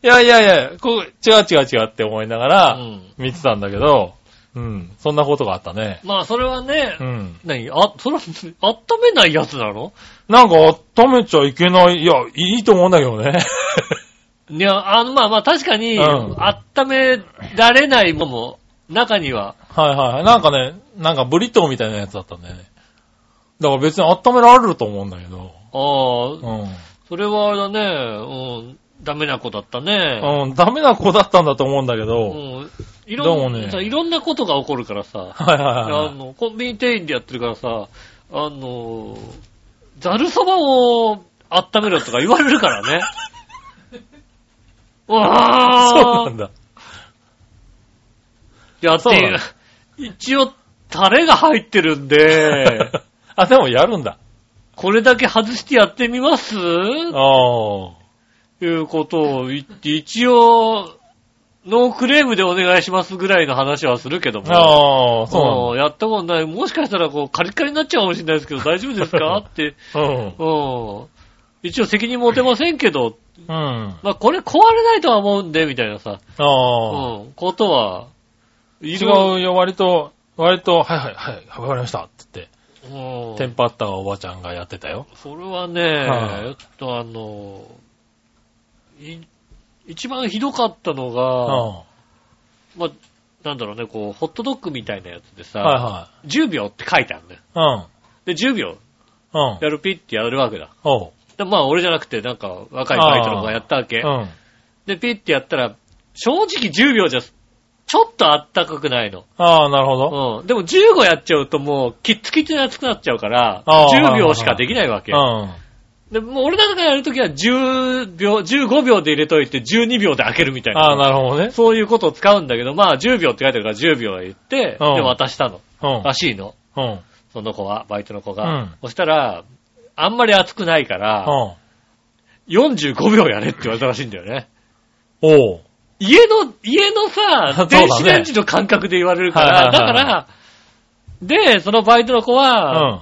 S3: いやいやいや、こう、違う違う違うって思いなが
S2: う
S3: ら、
S2: ん。
S3: 見てたんだけど、うん。そんなことがあったね。
S2: まあ、それはね
S3: う、ん。
S2: 何あ、それは、温めないやつなの
S3: なんか、温めちゃいけない。いや、いいと思うんだけどね。
S2: いや、あの、まあまあ、確かに、
S3: うん
S2: 温められないものも、中には。
S3: はいはい。なんかね、なんかブリトーみたいなやつだったんだよね。だから別に温められると思うんだけど。
S2: ああ、
S3: う
S2: それはあれだね、うん、ダメな子だったね。
S3: ん。うん、ダメな子だったんだと思うんだけ
S2: う
S3: ど。
S2: ん。い
S3: ど
S2: ろ、
S3: うんもね
S2: さいろんなことが起こるからさ、
S3: はいはい
S2: あ
S3: は
S2: の、コンビニ店員でやってるからさ、あの、ざるそばを温めろとか言われるから ね。うわ
S3: い。
S2: あ
S3: そうなんだ。
S2: いや、って
S3: そう
S2: い
S3: な
S2: う
S3: の、
S2: 一応、タレが入ってるん で、
S3: あ、でもやるんだ。
S2: これだけ外してやってみますと
S3: ああ。
S2: いうことを言って、一応、ノークレームでお願いしますぐらいの話はするけども。
S3: ああ、
S2: も
S3: そう
S2: やったことない。もしかしたら、こう、カリッカリになっちゃうかもしれないですけど、大丈夫です かって。
S3: うなんだ。
S2: うん。一応責任持てませんけど、
S3: うん。うん。
S2: まあ、これ壊れないとは思うんで、みたいなさ、う
S3: ああ。
S2: ん、ことは、違
S3: 違うよ、割と、割と、はいはいはい、わかりました、って
S2: う
S3: 言
S2: ん
S3: って、テンパったおばちゃんがやってたよ。
S2: それはね、
S3: はい
S2: ちょっとあの、い一番ひどかったの
S3: う
S2: が、ま
S3: ん。
S2: あ、なんだろうね、こう、ホットドッグみたいなやつでさ、
S3: は
S2: 10秒って書いてあるね。
S3: いは
S2: で、
S3: い。
S2: 10秒、
S3: うん。うん。
S2: やるピッてやるわけだ。
S3: おう。
S2: でまあ、俺じゃなくて、なんか、若いバイトの子がやったわ
S3: う
S2: け。
S3: ん。
S2: で、ピッてやったら、正直10秒じゃ、ちょっとあったかくないの。
S3: ああ、なるほど。
S2: うん。でも15やっちゃうともう、キッツキツに熱くなっちゃうから、
S3: あー
S2: 10秒しかできないわけ
S3: う。ん。
S2: で、もう俺なんかやるときは10秒、15秒で入れといて12秒で開けるみたい
S3: ああ、
S2: な。
S3: なるほどね。
S2: そういうことを使うんだけど、まあ10秒って書いてるから10秒言って、で
S3: うん
S2: 渡したの。
S3: うん。
S2: らしいの。
S3: うん。うん。
S2: その子は、バイトの子
S3: う
S2: が
S3: ん。
S2: そしたら、あんまり熱くないから、45秒やれって言われたらしいんだよね。
S3: おう。
S2: 家の、家のさ
S3: そ、うだね
S2: 電子レンジの感覚で言われるか
S3: はい
S2: ら、
S3: はい
S2: だか
S3: はい
S2: ら、で、そのバイトの子
S3: う
S2: は、
S3: ん。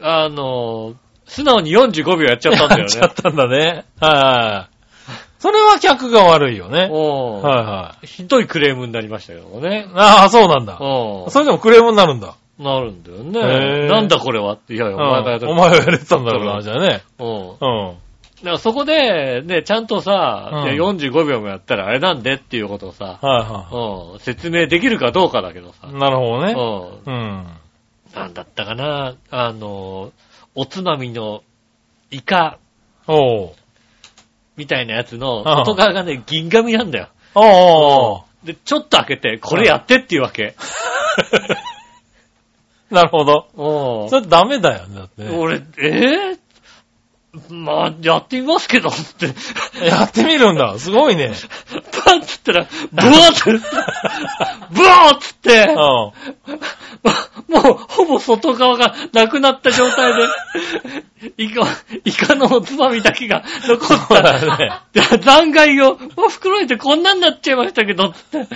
S2: あの、素直に45秒やっちゃったん だよね。
S3: ちゃったんだね。はいはいはい。それは客が悪いよね。
S2: おう
S3: はいはい。
S2: ひどいクレームになりましたけどもね。
S3: ああ、そうなんだ。
S2: うん
S3: それでもクレームになるんだ。
S2: なるんだよ
S3: へ
S2: ね。
S3: ー
S2: なんだこれはって。いやいや、お前がやっ
S3: う
S2: た
S3: んお前がやれてたんだろうな、じゃあね。
S2: うん。だ
S3: うん。
S2: からそこで、ね、ちゃんとさ、
S3: うん
S2: いや45秒もやったらあれなんでっていうことをさ、
S3: はいは
S2: うん、説明できるかどうかだけどさ。
S3: い。なるほど
S2: う
S3: ね。
S2: ん。
S3: うん。
S2: なんだったかな。あの、おつまみのイカ
S3: おう。
S2: みたいなやつの
S3: ん
S2: 外側がね、銀紙なんだよ。
S3: おうおうお
S2: で、ちょっと開けて、これやってっていうわけ。
S3: う。なるほど。
S2: うん。
S3: それダメだよね、だってね。
S2: 俺、えー、まあ、やってみますけど、って。
S3: やってみるんだ。すごい ね。
S2: パンっつったら、ブワーっ て、ブワーっつっ
S3: う
S2: て
S3: ん。、は
S2: もう、ほぼ外側がなくなった状態で、イカ、イカのおつまみだけが残っ
S3: そうだね
S2: た。で残骸を、もう袋入れてこんなんなっちゃいましたけど、つって、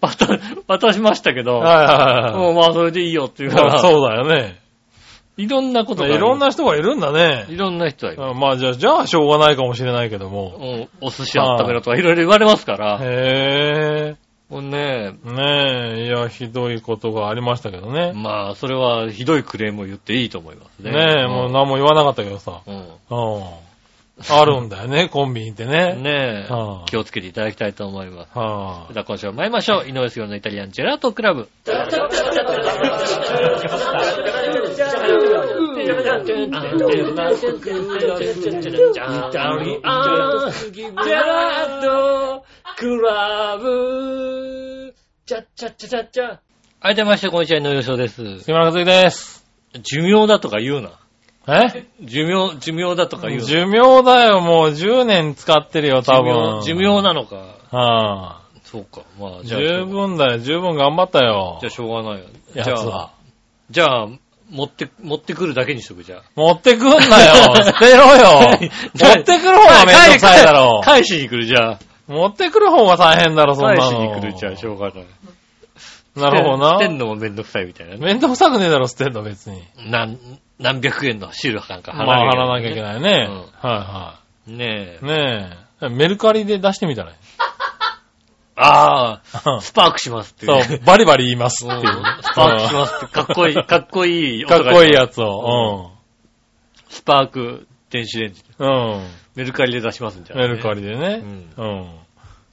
S2: 渡、渡しましたけ
S3: い
S2: ど、
S3: は
S2: もうまあそれでいいよってい
S3: いうは
S2: か
S3: い。
S2: ら、
S3: そうだよね。
S2: いろんなことがある。
S3: いろんな人がいるんだね。
S2: いろんな人がいる。
S3: うんまあじゃあ、じゃあしょうがないかもしれないけども。
S2: うんお寿司温めろとかいろいろ言われますから、
S3: へえ。
S2: もうね、
S3: ねえ、いや、ひどいことがありましたけどね。
S2: まあ、それはひどいクレームを言っていいと思いますね。
S3: ねえ、もう何も言わなかったけどさ。
S2: うん。
S3: うん。あるんだよ ね、コンビニってね。
S2: ねえ、
S3: はあ
S2: 気をつけていただきたいと思います。
S3: は
S2: それでは今週も参りましょう。井上杉のイタリアンジェラートクラブ。はい、出まして、今週の優勝です。
S3: い。杉村和樹です。
S2: 寿命だとか言うな。
S3: え
S2: 寿命、寿命だとか言うな。
S3: 寿命だよ、もう10年使ってるよ、多分。
S2: 寿命寿命なのか。
S3: はあ。
S2: そうか。まあ、じゃあ、
S3: 十分だよ、十分頑張ったよ
S2: じゃあ。しょうがないよ。じ
S3: や
S2: ゃ
S3: つ
S2: あ、
S3: は。
S2: じゃあ、持って、持ってくるだけにしとく、じゃあ。
S3: 持ってくん なよ捨てろよ持ってくる方がめんどくさいだろ
S2: 返しに来る、じゃあ。
S3: 持ってくる方が大変だろ、そんな
S2: 返
S3: の。
S2: しに来る、じゃあ、しょうがない。
S3: なるほど
S2: 捨て
S3: な。
S2: んのもめんどくさいみたいなね。
S3: めんどくさくねえだろ、捨てんの別に。
S2: 何、何百円のシールなんか
S3: まあ、貼らなきゃいけ
S2: い
S3: ないね。
S2: うん
S3: は
S2: けどね。ね
S3: い
S2: え。
S3: はい。ねえ。メルカリで出してみたらいい。
S2: ああ、
S3: そ
S2: スパークしますっていうね。
S3: う、バリバリ言いますって
S2: う
S3: い
S2: ん
S3: う。
S2: スパークしますって、かっ こいい、かっこいい
S3: か
S2: 音
S3: っ
S2: が。
S3: こいいやつを。
S2: スパーク電子レンジ。
S3: うん。うん。
S2: メルカリで出しますんじゃん。
S3: メルカリでね。
S2: う
S3: うん。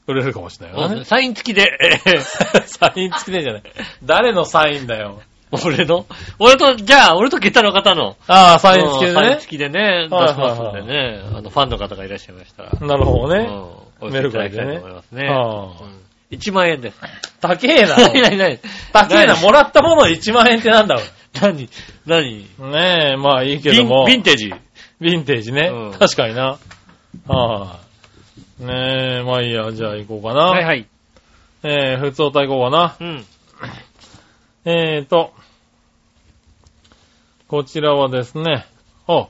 S3: 売れるかもしれないよ
S2: うん。
S3: ね。
S2: サイン付きで、えへへ
S3: サイン付きでじゃない。誰のサインだよ。
S2: 俺の 俺と、じゃあ、俺とゲタの方の。
S3: ああ、サイン付きで
S2: サイン
S3: ね。
S2: 付きでね、出し
S3: はい
S2: ますんでね。あの、ファンの方がいらっしゃいましたら。
S3: なるほど
S2: う
S3: ね。
S2: ん。メルカリでね。と思いますね。
S3: ああ
S2: うん1万円 です。
S3: 高えな。
S2: 何何何
S3: 高えな。
S2: 何
S3: もらったもの1万円ってなんだろ
S2: 何何
S3: う。ねえ、まあいいけ
S2: ヴ
S3: ども。
S2: ィンテージ。
S3: ヴィンテージね。
S2: うん
S3: 確かにな。はい、ねえ、まあいいや、じゃあ行こうかな。
S2: はいはい。
S3: えー、普通おた行こうかな。
S2: うん。
S3: えーと、こちらはですね、お、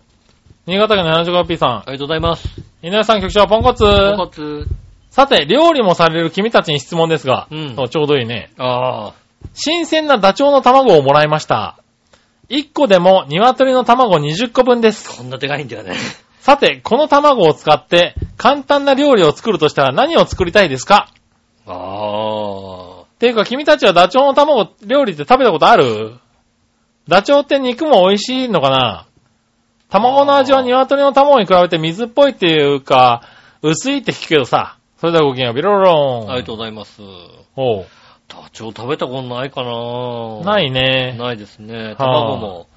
S3: 新潟県の 75P さ
S2: ありがとうございます。
S3: ん、稲田さん局長、ポンコツ。
S2: 豚骨。
S3: さて、料理もされる君たちに質問ですが、
S2: うん
S3: おちょうどいいね。
S2: ああ。
S3: 新鮮なダチョウの卵をもらいました。1個でも鶏の卵20個分です。
S2: こんなでかいんだよね。
S3: さて、この卵を使って簡単な料理を作るとしたら何を作りたいですか
S2: ああ。
S3: ていうか、君たちはダチョウの卵料理って食べたことあるダチョウって肉も美味しいのかな卵の味は鶏の卵に比べて水っぽいっていうか、薄いって聞くけどさ。それではごきげんよう、ビロローン。
S2: ありがとうございます。
S3: おう
S2: ダチョウ食べたことないかな。
S3: ないいね。
S2: ないですね。
S3: あ
S2: 卵も。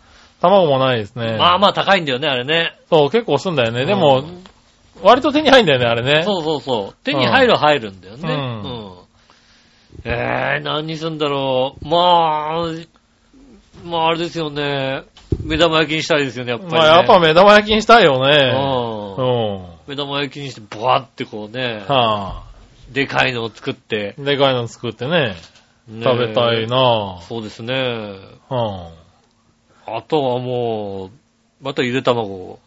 S3: 卵もないですね。
S2: まあまあ高いんだよね、あれね。
S3: そう、結構すんだよね。で
S2: う
S3: も、
S2: ん
S3: 割と手に入んだよね、あれね。
S2: そうそうそう。手に入る入るんだよね。う
S3: うんん。
S2: えー、何にすんだろう。まあ、まああれですよね。目玉焼きにしたいですよね、やっぱり、ね。
S3: まあ、やっぱ目玉焼きにしたいよ
S2: う。
S3: ね。うんん。
S2: 目玉焼きにして、ブワーってこうね、
S3: はあ、
S2: でかいのを作って、
S3: でかいの作ってね、
S2: ね
S3: 食べたいな
S2: そうですね。
S3: ぁ。
S2: あとはもう、またゆで卵を。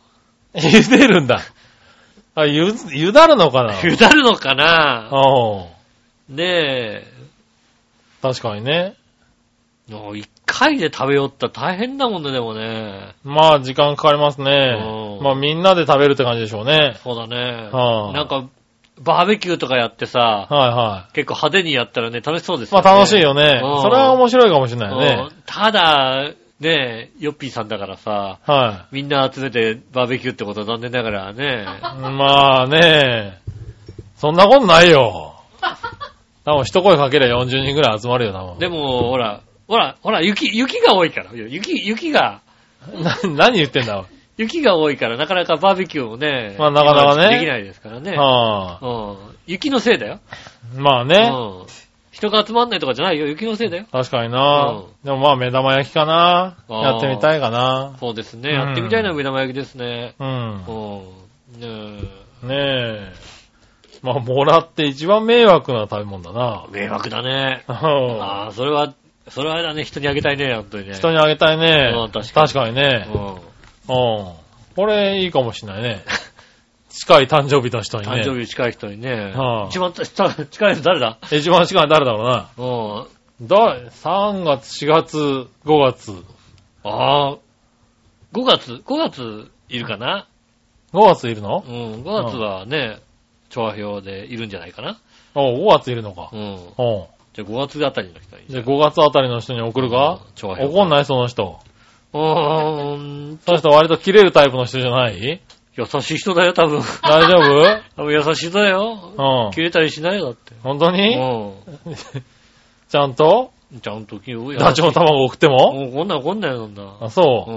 S3: うん。 茹でるんだ。あ、ゆ、茹だるの かな
S2: ゆだるのかな
S3: うん。
S2: ねえ。
S3: 確かにね。
S2: もう一回で食べよったら大変だもんね、でもね。
S3: まあ、時間かかりますね
S2: う。ん
S3: まあ、みんなで食べるって感じでしょうね。
S2: そうだね。
S3: はあ
S2: なんか、バーベキューとかやってさ、
S3: はいは
S2: 結構派手にやったらね、楽しそうです
S3: い。まあ、楽しいよね。
S2: うん
S3: それは面白いかもしれないよね
S2: う。んただ、ねえ、ヨッピーさんだからさ、
S3: は
S2: みんな集めてバーベキューってことは残念ながら ね。
S3: い。まあね、そんなことな いよ。多分一声かけりゃ40人ぐらい集まるよ、多分。
S2: でも、ほら、ほら、ほら、雪、雪が多いから。雪、雪が、
S3: な、何言ってんだ、おい
S2: 雪が多いから、なかなかバーベキューをね、
S3: まあなかなかね
S2: 今できないですからね。
S3: はあ、
S2: うん。雪のせいだよ。
S3: まあ
S2: う
S3: ね、
S2: ん。人が集まんないとかじゃないよ。雪のせいだよ。
S3: 確かにな、
S2: う
S3: でもまあ目玉焼きかな。
S2: あー
S3: やってみたいかな。
S2: そうですね。
S3: うん
S2: やってみたいな目玉焼きですね。
S3: うん
S2: う。ん。ね
S3: ねえ。まあもらって一番迷惑な食べ物だな
S2: え。。迷惑だね。
S3: うん
S2: ああ、それは、それはあれだね。人にあげたいね、本当にね。
S3: 人にあげたいね
S2: うん。確かに
S3: 確かにね。
S2: うん。
S3: うん。これいいかもしれな いね。近い誕生日の人にね。
S2: 誕生日近い人にね
S3: は。あ
S2: 一番近い人誰だ
S3: 一番近いの誰だろうな。
S2: うん。
S3: だ、3月、4月、5月。
S2: ああ、5月、5月いるかな
S3: 5月いるの
S2: うん、5月はね、調和表でいるんじゃないかな
S3: お5月いるのか
S2: う。ん。
S3: うん。
S2: じゃあ5月あたりの人に。
S3: じゃあ5月あたりの人に送るか
S2: 調和表。
S3: 怒ん
S2: い
S3: ないその人。
S2: うーん、
S3: その人割と切れるタイプの人じゃない
S2: 優しい人だよ、 多分。
S3: 大丈 夫う
S2: 多分優しい人だよ。
S3: ん。
S2: 切れたりしないよ、だって。
S3: 本当に
S2: う
S3: ちゃんと
S2: ん。ちゃんと切る
S3: ダチョウの卵送っても
S2: もうこんなんこんなんよ、そんな。
S3: あ、そ
S2: う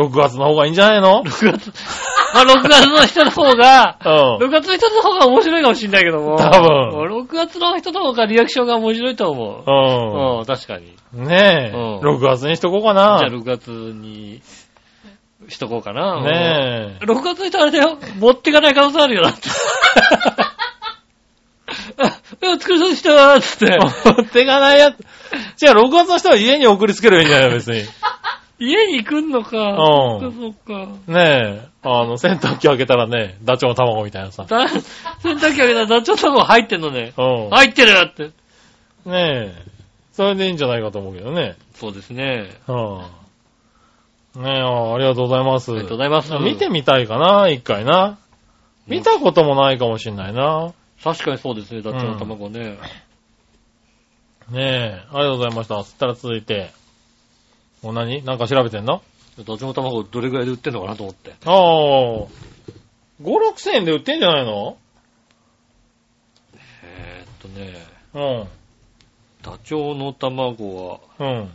S2: ん。
S3: う。6月の方がいいんじゃない の
S2: 6月、まあ6月の人の方が、
S3: うん。
S2: 6月の人の方が面白いかもしれないけども。
S3: 多分
S2: 6月の人の方がリアクションが面白いと思う。
S3: う
S2: うん、確かに。じ
S3: ん。ねえ。
S2: うん
S3: 6月にしとこうか
S2: ゃあ
S3: な。
S2: 6月にしとこうかな。
S3: ね
S2: え。6月に人あれだよ。持ってかない可能性あるよ、だって。 あお疲れ様でしたつって
S3: え。。 持ってかないやつ。じゃあ6月の人は家に送りつければいいんじゃない の別に。
S2: 家に来んのか。
S3: う
S2: そっ
S3: ん
S2: かそっか。
S3: ねえ。あの、洗濯機開けたらね、ダチョウの卵みたいなさ。
S2: だ、洗濯機あげたらダチョウ卵入ってんのね。
S3: うん。
S2: 入ってるって。
S3: ねえ。それでいいんじゃないかと思うけどね。
S2: そうですね。
S3: うん。ねえ、あありがとうございます。
S2: ありがとうございます。
S3: 見てみたいかな、一回な。見たこともないかもしんないな。
S2: 確かにそうですね、ダチョウの卵ね。
S3: ねえ、ありがとうございました。そしたら続いて、もう何なんか調べてんの
S2: ダチョウの卵どれぐらいで売ってんのかなと思って。
S3: ああ、5、6000円で売ってんじゃないの
S2: えーっとね、
S3: うん、
S2: ダチョウの卵は、
S3: うん。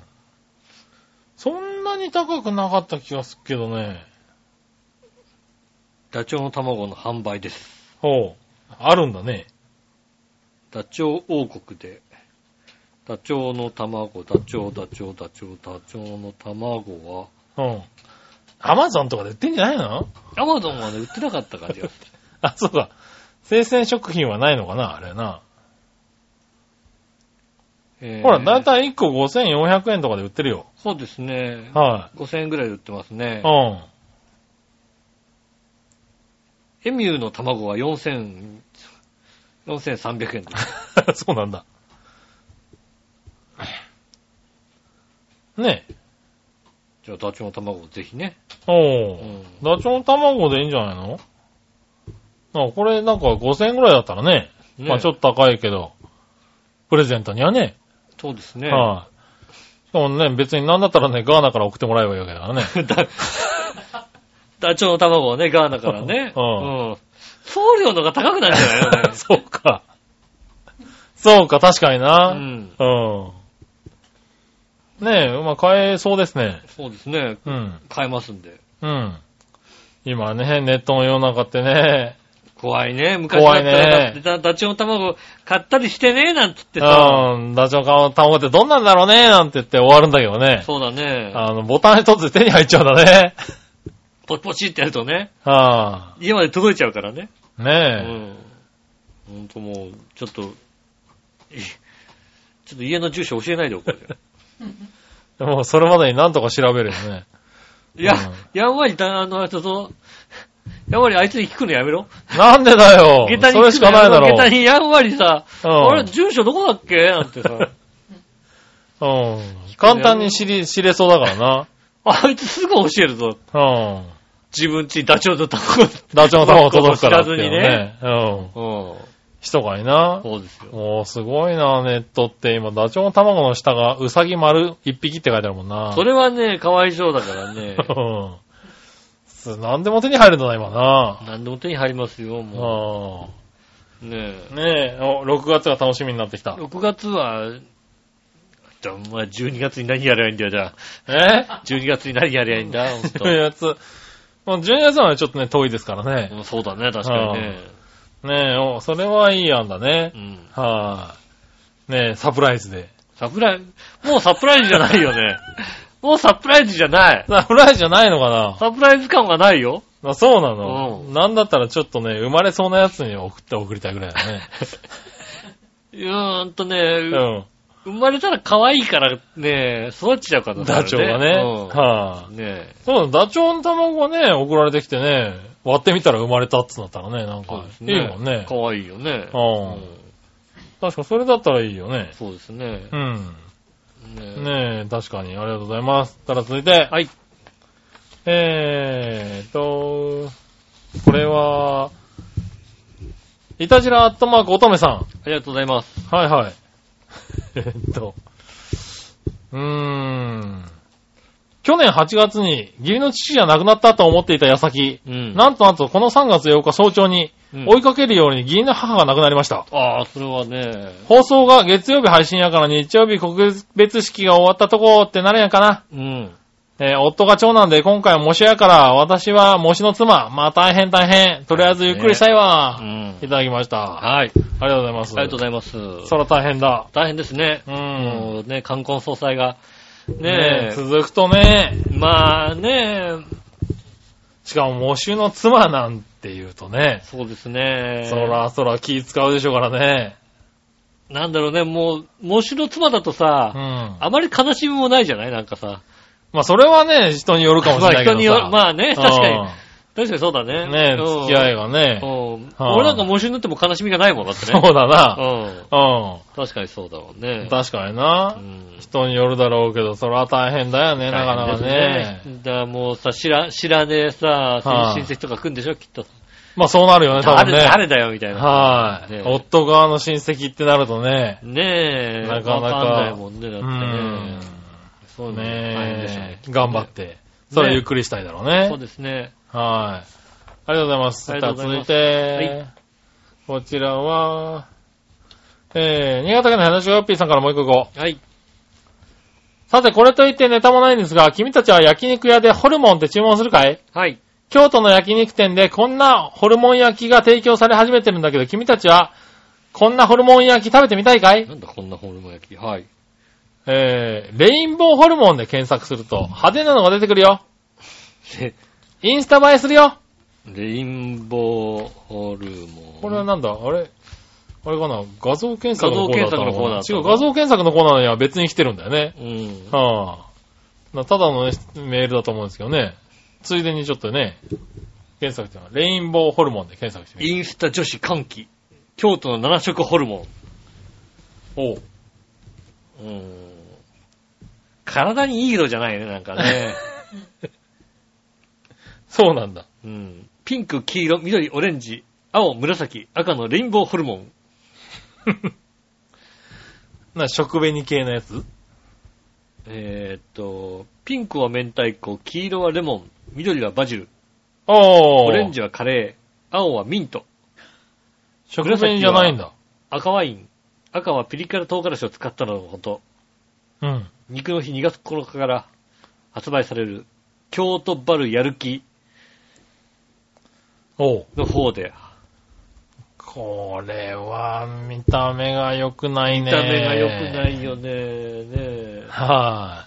S3: そんなに高くなかった気がするけどね。
S2: ダチョウの卵の販売です。
S3: ほう。あるんだね。
S2: ダチョウ王国で、ダチョウの卵、ダチョウ、ダチョウ、ダチョウ、ダチョウの卵は、
S3: うん。アマゾンとかで売ってんじゃないの
S2: アマゾンはね、売ってなかった感じがして。
S3: あ、そうか。生鮮食品はないのかなあれな。
S2: えー
S3: ほら、だいたい1個5400円とかで売ってるよ。
S2: そうですね。
S3: は
S2: 5000円ぐらいで売ってますね
S3: い。う。ん。
S2: エミューの卵は4000、4300円です。
S3: そうなんだ。ねえ。
S2: じゃあ、ダチョウの卵をぜひね。
S3: お
S2: う
S3: ー。
S2: ん。
S3: ダチョウの卵でいいんじゃないのあこれなんか5000円ぐらいだったらね。
S2: ね
S3: まあちょっと高いけど、プレゼントにはね。
S2: そうですね。
S3: はい、しかもね、別になんだったらね、ガーナから送ってもらえばいいわけだからね。
S2: だダチョウの卵はね、ガーナからね。
S3: うん。
S2: うん送料の方が高くなるんじゃないのね
S3: そうか。そうか、確かに
S2: う
S3: な。
S2: ん。
S3: うん。ねえ、まあ買えそうですね。
S2: そうですね。
S3: うん。
S2: 買えますんで。
S3: うん。今ね、ネットの世の中ってね、
S2: 怖いね。昔だったら
S3: 怖いね
S2: だってダダチョウの卵買ったりしてね、なんつってさ。
S3: うん、ダチョウの卵ってどんなんだろうね、なんて言って終わるんだけどね。
S2: そうだね。
S3: あの、ボタン一つで手に入っちゃうんだ ね。
S2: ポチポチってやるとね、
S3: は
S2: 家まで届いちゃうからね。
S3: あ、
S2: う
S3: ねえ。
S2: ん。ほんともう、ちょっと、いちょっと家の住所教えないでおこ うよ。
S3: でもそれまでになんとか調べるよね。
S2: いや
S3: うん、
S2: やんわりだ、あの、あれと その、やんわりあいつに聞くのやめろ。
S3: なんでだよ
S2: 下駄に
S3: それしかないだろう。
S2: 下駄にやんわりさ、
S3: うん
S2: あれ、住所どこだっけなん てさ、
S3: うん。簡単に知り、知れそうだか
S2: あいつすぐ教えるぞ。
S3: らな。うん。
S2: 自分ちダチョウとタコ。
S3: ダチョウの卵届くから
S2: 知
S3: っ
S2: らず
S3: ていう
S2: に
S3: の
S2: ね。
S3: ね。うん。
S2: うん。
S3: 人がいな。
S2: そうですよ。
S3: もうすごいな、ネットって。今、ダチョウの卵の下が、うさぎ丸一匹って書いてあるもんな。。
S2: それはね、かわいそうだからね
S3: うん。す何でも手に入るんだな、今な。
S2: 何でも手に入りますよ、も
S3: う
S2: う。ねえ
S3: ん。ねえ、お6月が楽しみになって きた。
S2: 6月は、じゃあ、お前12月に何やればいいんだよ、じゃ
S3: え
S2: あ。12月に何やればいいんだ、ほんと
S3: ?10 月。もう12月はちょっとね、遠いですからね。
S2: うんそうだね、確かにね。
S3: ねえ、おそれはいい案だね
S2: う。ん。
S3: はい、ねえ、サプライズで。
S2: サプライ、もうサプライズじゃないよね。もうサプライズじゃない。
S3: サプライズじゃないのかな
S2: サプライズ感がないよ。
S3: あそうなの、
S2: う
S3: なんだったらちょっとね、生まれそうなやつに送って送りたいぐらいだね。
S2: うーんとね、
S3: う
S2: 生まれたら可愛いからね、育っちゃうから
S3: ん。ダチョウがね。
S2: うん
S3: はい、
S2: ね
S3: そうだ、ダチョウの卵がね、送られてきてね、割ってみたら生まれたっつうんだったらね、なん
S2: そ
S3: か
S2: うで、す
S3: い
S2: ね。
S3: いもんね。
S2: 可愛いよね。
S3: うん確かそれだったらいいよね。
S2: そうですね。
S3: うん。
S2: ね
S3: ねえ、確かに。ありがとうございます。ただ続いて。
S2: はい。
S3: えーっと、これは、いたじらアットマーク乙女さん。
S2: ありがとうございます。
S3: はいはい。 えーっと、うーん。去年8月に義理の父が亡くなったと思っていた矢先、
S2: うん。
S3: なんとなんとこの3月8日早朝に
S2: うん
S3: 追いかけるように義理の母が亡くなりました。
S2: ああ、それはね、
S3: 放送が月曜日配信やから日曜日告別式が終わったとこってなるんやかな。
S2: うん。
S3: えー夫が長男で今回は模試やから、私は模試の妻。まあ大変大変。とりあえずゆっくりしたいうわ。
S2: ん
S3: い。ただきました。あ
S2: はい。
S3: りがとうございます。
S2: ありがとうございます。
S3: そら大変だ。
S2: 大変ですね。
S3: う
S2: も
S3: ん。
S2: うね、冠婚葬祭が。
S3: ね
S2: ね
S3: え続くとね、
S2: え。まあね
S3: しかも模試の妻なんて言うとね、
S2: そうですね。
S3: そらそら気使うでしょうからね。
S2: なんだろうね、もう、模試の妻だとさ
S3: う、ん。
S2: あまり悲しみもないじゃないなんかさ。
S3: まあそれはね、人によるかもしれないけど
S2: まあ
S3: さ。
S2: 人によるまあね確かに
S3: うん
S2: 確かにそうだね。
S3: ねえ、
S2: うん
S3: 付き合いがね
S2: う。ん。
S3: はい
S2: 俺なんか模試になっても悲しみがないもんだって
S3: そう
S2: ね。
S3: だな。
S2: うん。
S3: う
S2: 確かにそうだもんね
S3: ん。。確かに
S2: う
S3: な。
S2: ん。
S3: 人によるだろうけど、そら大変だよね、なかなかね。
S2: だからもうさ、知ら、知らねえさ、
S3: はい
S2: 親戚とか来んでしょきっと。
S3: まあそうなるよね、多
S2: 誰、
S3: 分ね。
S2: 誰だよみたいな。
S3: はい、
S2: ね
S3: 夫側の親戚ってなるとね。
S2: ねえ。
S3: なかなか
S2: わかんないもんね、だ
S3: う
S2: っ
S3: ー
S2: てね
S3: ん。。
S2: そういうの大変でしょう
S3: ね
S2: ね。
S3: え。頑張って。それはゆっくりしたいだろうね。
S2: そうですね。
S3: はい。ありがとうございます。
S2: あ
S3: さ
S2: りがと
S3: あ
S2: うござい
S3: 続
S2: ま
S3: い
S2: す
S3: て、こちらは、えー、新潟県の話しごよっぴーさんからもう一個行こう
S2: はい。
S3: さて、これといってネタもないんですが、君たちは焼肉屋でホルモンって注文するかい
S2: はい。
S3: 京都の焼肉店でこんなホルモン焼きが提供され始めてるんだけど、君たちはこんなホルモン焼き食べてみたいかい
S2: なんだこんなホルモン焼き。はい。
S3: えー、レインボーホルモンで検索すると派手なのが出てくるよ。
S2: で
S3: インスタ映えするよ。
S2: レインボーホルモン。
S3: これはなんだあれあれかな、画像検索のコーナーだったのかな
S2: 画像検索のコーナーだった
S3: 違う、画像検索のコーナーには別に来てるんだよね。
S2: うん。
S3: はあ。なただのねメールだと思うんですけどね。ついでにちょっとね、検索してみようレインボーホルモンで検索してみる。
S2: インスタ女子歓喜。京都の七色ホルモ
S3: おう
S2: ン。うん。体にいい色じゃないね、なんかね。
S3: そうなんだ。
S2: うん。ピンク、黄色、緑、オレンジ、青、紫、赤のレインボーホルモン。
S3: な、食紅系のやつ
S2: えーっと、ピンクは明太子、黄色はレモン、緑はバジル、
S3: ああ。
S2: オレン
S3: ジ。
S2: ジはカレー、青はミント、
S3: 食紅じゃないんだ。
S2: 赤ワイン、赤はピリ辛唐辛子を使ったののこと、
S3: うん。
S2: 肉の日2月9日から発売される、京都バルやる気
S3: おう
S2: の方で、
S3: これは、見た目が良くないね。
S2: 見た目が良くない。よね。ねえ
S3: は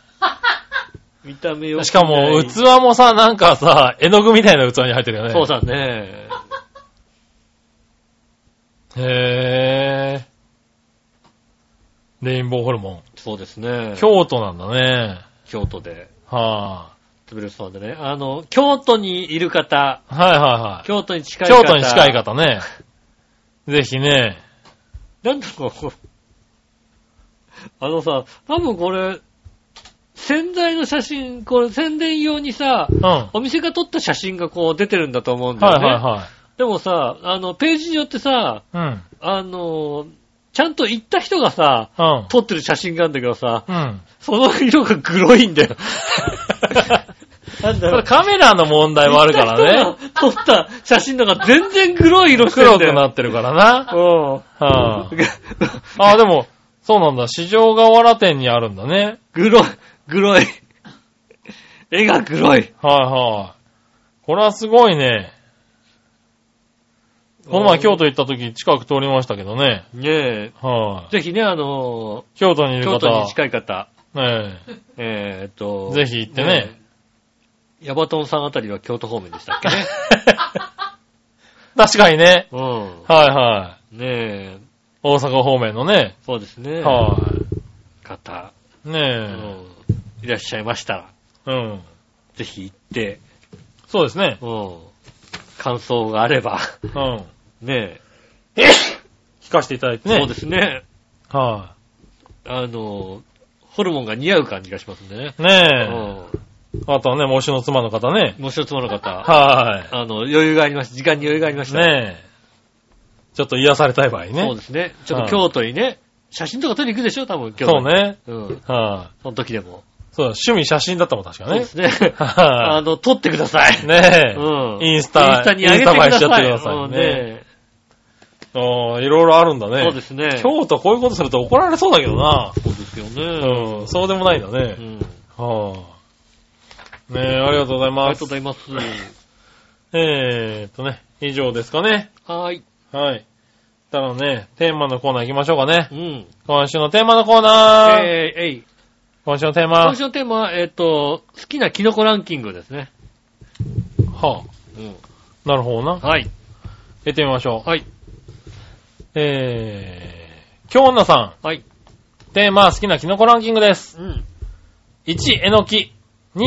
S2: 見た目良く
S3: い、
S2: ない。
S3: しかも、器もさ、なんかさ、絵の具みたいな器に入ってるよね。
S2: そうだね。
S3: へぇー。レインボーホルモン。
S2: そうですね。
S3: 京都なんだね。
S2: 京都で。
S3: は
S2: 食べるそうでね。あの、京都にいる方、
S3: ぁ、はいは
S2: 京都に近い
S3: い
S2: 方。
S3: はい。京都に近い。方ね。ぜひね。
S2: なんだろう。あのさ、多分これ、洗剤の写真、これ宣伝用にさ、
S3: うん。はい
S2: お店が撮った写真がこう出てるんだと思うんだ
S3: は
S2: よ
S3: い
S2: ね。
S3: は
S2: でもさ、あの、ページによってさ、
S3: い。うん。
S2: あの、ちゃんと行った人がさ、
S3: うん。
S2: 撮ってる写真があるんだけどさ、
S3: うん。
S2: その色がグロいんだよ。なんだ
S3: そ
S2: ろ
S3: れ
S2: う。
S3: カメラの問題もあるから ね。
S2: 行った人が撮った写真なんか全然グロい色してる
S3: 黒
S2: んだ
S3: く
S2: よ。
S3: なってるから
S2: う
S3: な。
S2: ん。
S3: はぁ、あ。あ、でも、そうなんだ。市場河原店にあるんだね。
S2: グロい、グロい。絵がグロい。
S3: はいはい。これはすごいね。この前京都行った時近く通りましたけどね。
S2: ねえ。
S3: はい、
S2: ぜひね、あの
S3: 京都にい
S2: ー
S3: る
S2: 京
S3: 方。
S2: 都に近い方、
S3: え
S2: えー、っと、
S3: ぜひ行ってね。
S2: え。ヤバトンさんあたりは京都方面でしたっけ ね。
S3: え 確かにね。
S2: う
S3: はいはい。
S2: ん。ねえ、
S3: 大阪方面のね。
S2: そうですね。
S3: は
S2: 方、
S3: い、
S2: う
S3: ね
S2: ん、いらっしゃいましたら、
S3: え。うん。
S2: ぜひ行って、
S3: そうですね。
S2: うん。感想があれば、
S3: うん。
S2: ね
S3: 聞かせていただいて
S2: え、
S3: ね。
S2: そうですね。
S3: は
S2: あのーホルモンが似合う感じがしますんでね。
S3: い、ね
S2: う
S3: え。あとはね、もしの妻の方ね。
S2: ん。もう一つもの方、
S3: は
S2: あの、余裕がありました。時間に余裕がありまし
S3: い。
S2: たら。
S3: ねえ。ちょっと癒されたい場合ね。
S2: そうですね。ちょっと京都にね、写真とか撮りに行くでしょ多分京都
S3: そう
S2: に。
S3: ね。
S2: うん。
S3: はい、
S2: その時でも。
S3: そうだ、趣味写真だったもん、確か
S2: そう
S3: ね
S2: で。すね。あ
S3: は
S2: の、撮ってください。
S3: い。ねえ。
S2: うん。
S3: インスタ
S2: インスタに上げてください。
S3: インスタ映えしちゃってくださいね
S2: うんね
S3: ああ、いろいろあるんだね。
S2: そうですね。
S3: 京都こういうことすると怒られそうだけどな。
S2: そうですよね。
S3: うん、そうでもないんだ
S2: う
S3: ね。
S2: ん。
S3: はあ。ねえ、ありがとうござい
S2: あり
S3: ま
S2: がとうご。
S3: す
S2: ざいます。
S3: えーっとね、以上ですかね。
S2: はーい。
S3: はい。たらね、テーマのコーナー行きましょうかね
S2: う。ん。
S3: 今週のテーマのコーナー。
S2: えー、えい。
S3: 今週のテーマ。
S2: 今週のテーマは、えっと、好きなキノコランキングですね。
S3: は
S2: うん。
S3: あ、なるほどな。
S2: はい。
S3: 行ってみましょう。
S2: はい。
S3: えー、京女さ
S2: はい。
S3: ん、テーマ好きなキノコランキングです。
S2: うん。
S3: 1、えのき。2、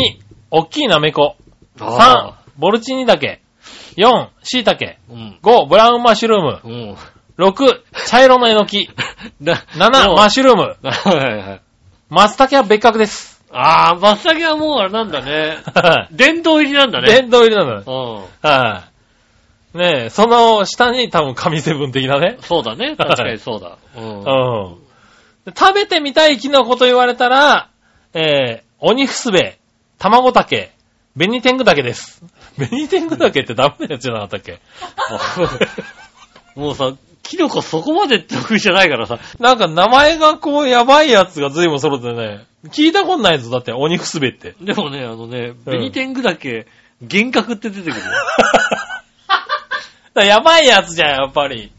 S3: おっきいなめこ。3
S2: あ、
S3: ボルチーニだけ。4、しいたけ。
S2: ー。うん。
S3: 5、ブラウンマッシュルーム。
S2: うん。
S3: 6、茶色のえのき。
S2: な、
S3: 7、
S2: もう
S3: マッシュルーム。
S2: はいはいはい。
S3: 松茸は別格 です。
S2: あー、松茸はもうあれなんだ ね。殿堂入りなんだね。
S3: 殿堂入りなのよ。
S2: うん。
S3: はい。ねえ、その下に多分神セブン的なね。
S2: そうだね。確かにそうだ。う。
S3: うんん。で食べてみたいキノコと言われたら、えー、オニフスベ、卵竹、ベニテング竹です。ベニテング竹ってダメなやつじゃなかったっけ
S2: もうさ、キノコそこまで得意じゃないからさ。
S3: なんか名前がこうやばいやつが随分揃ってね、聞いたことないぞ、だってオニフスベって。
S2: でもね、あのね、ベニテングだけ、幻覚って出て くるよ。
S3: だからやばいやつじゃん、やっぱり。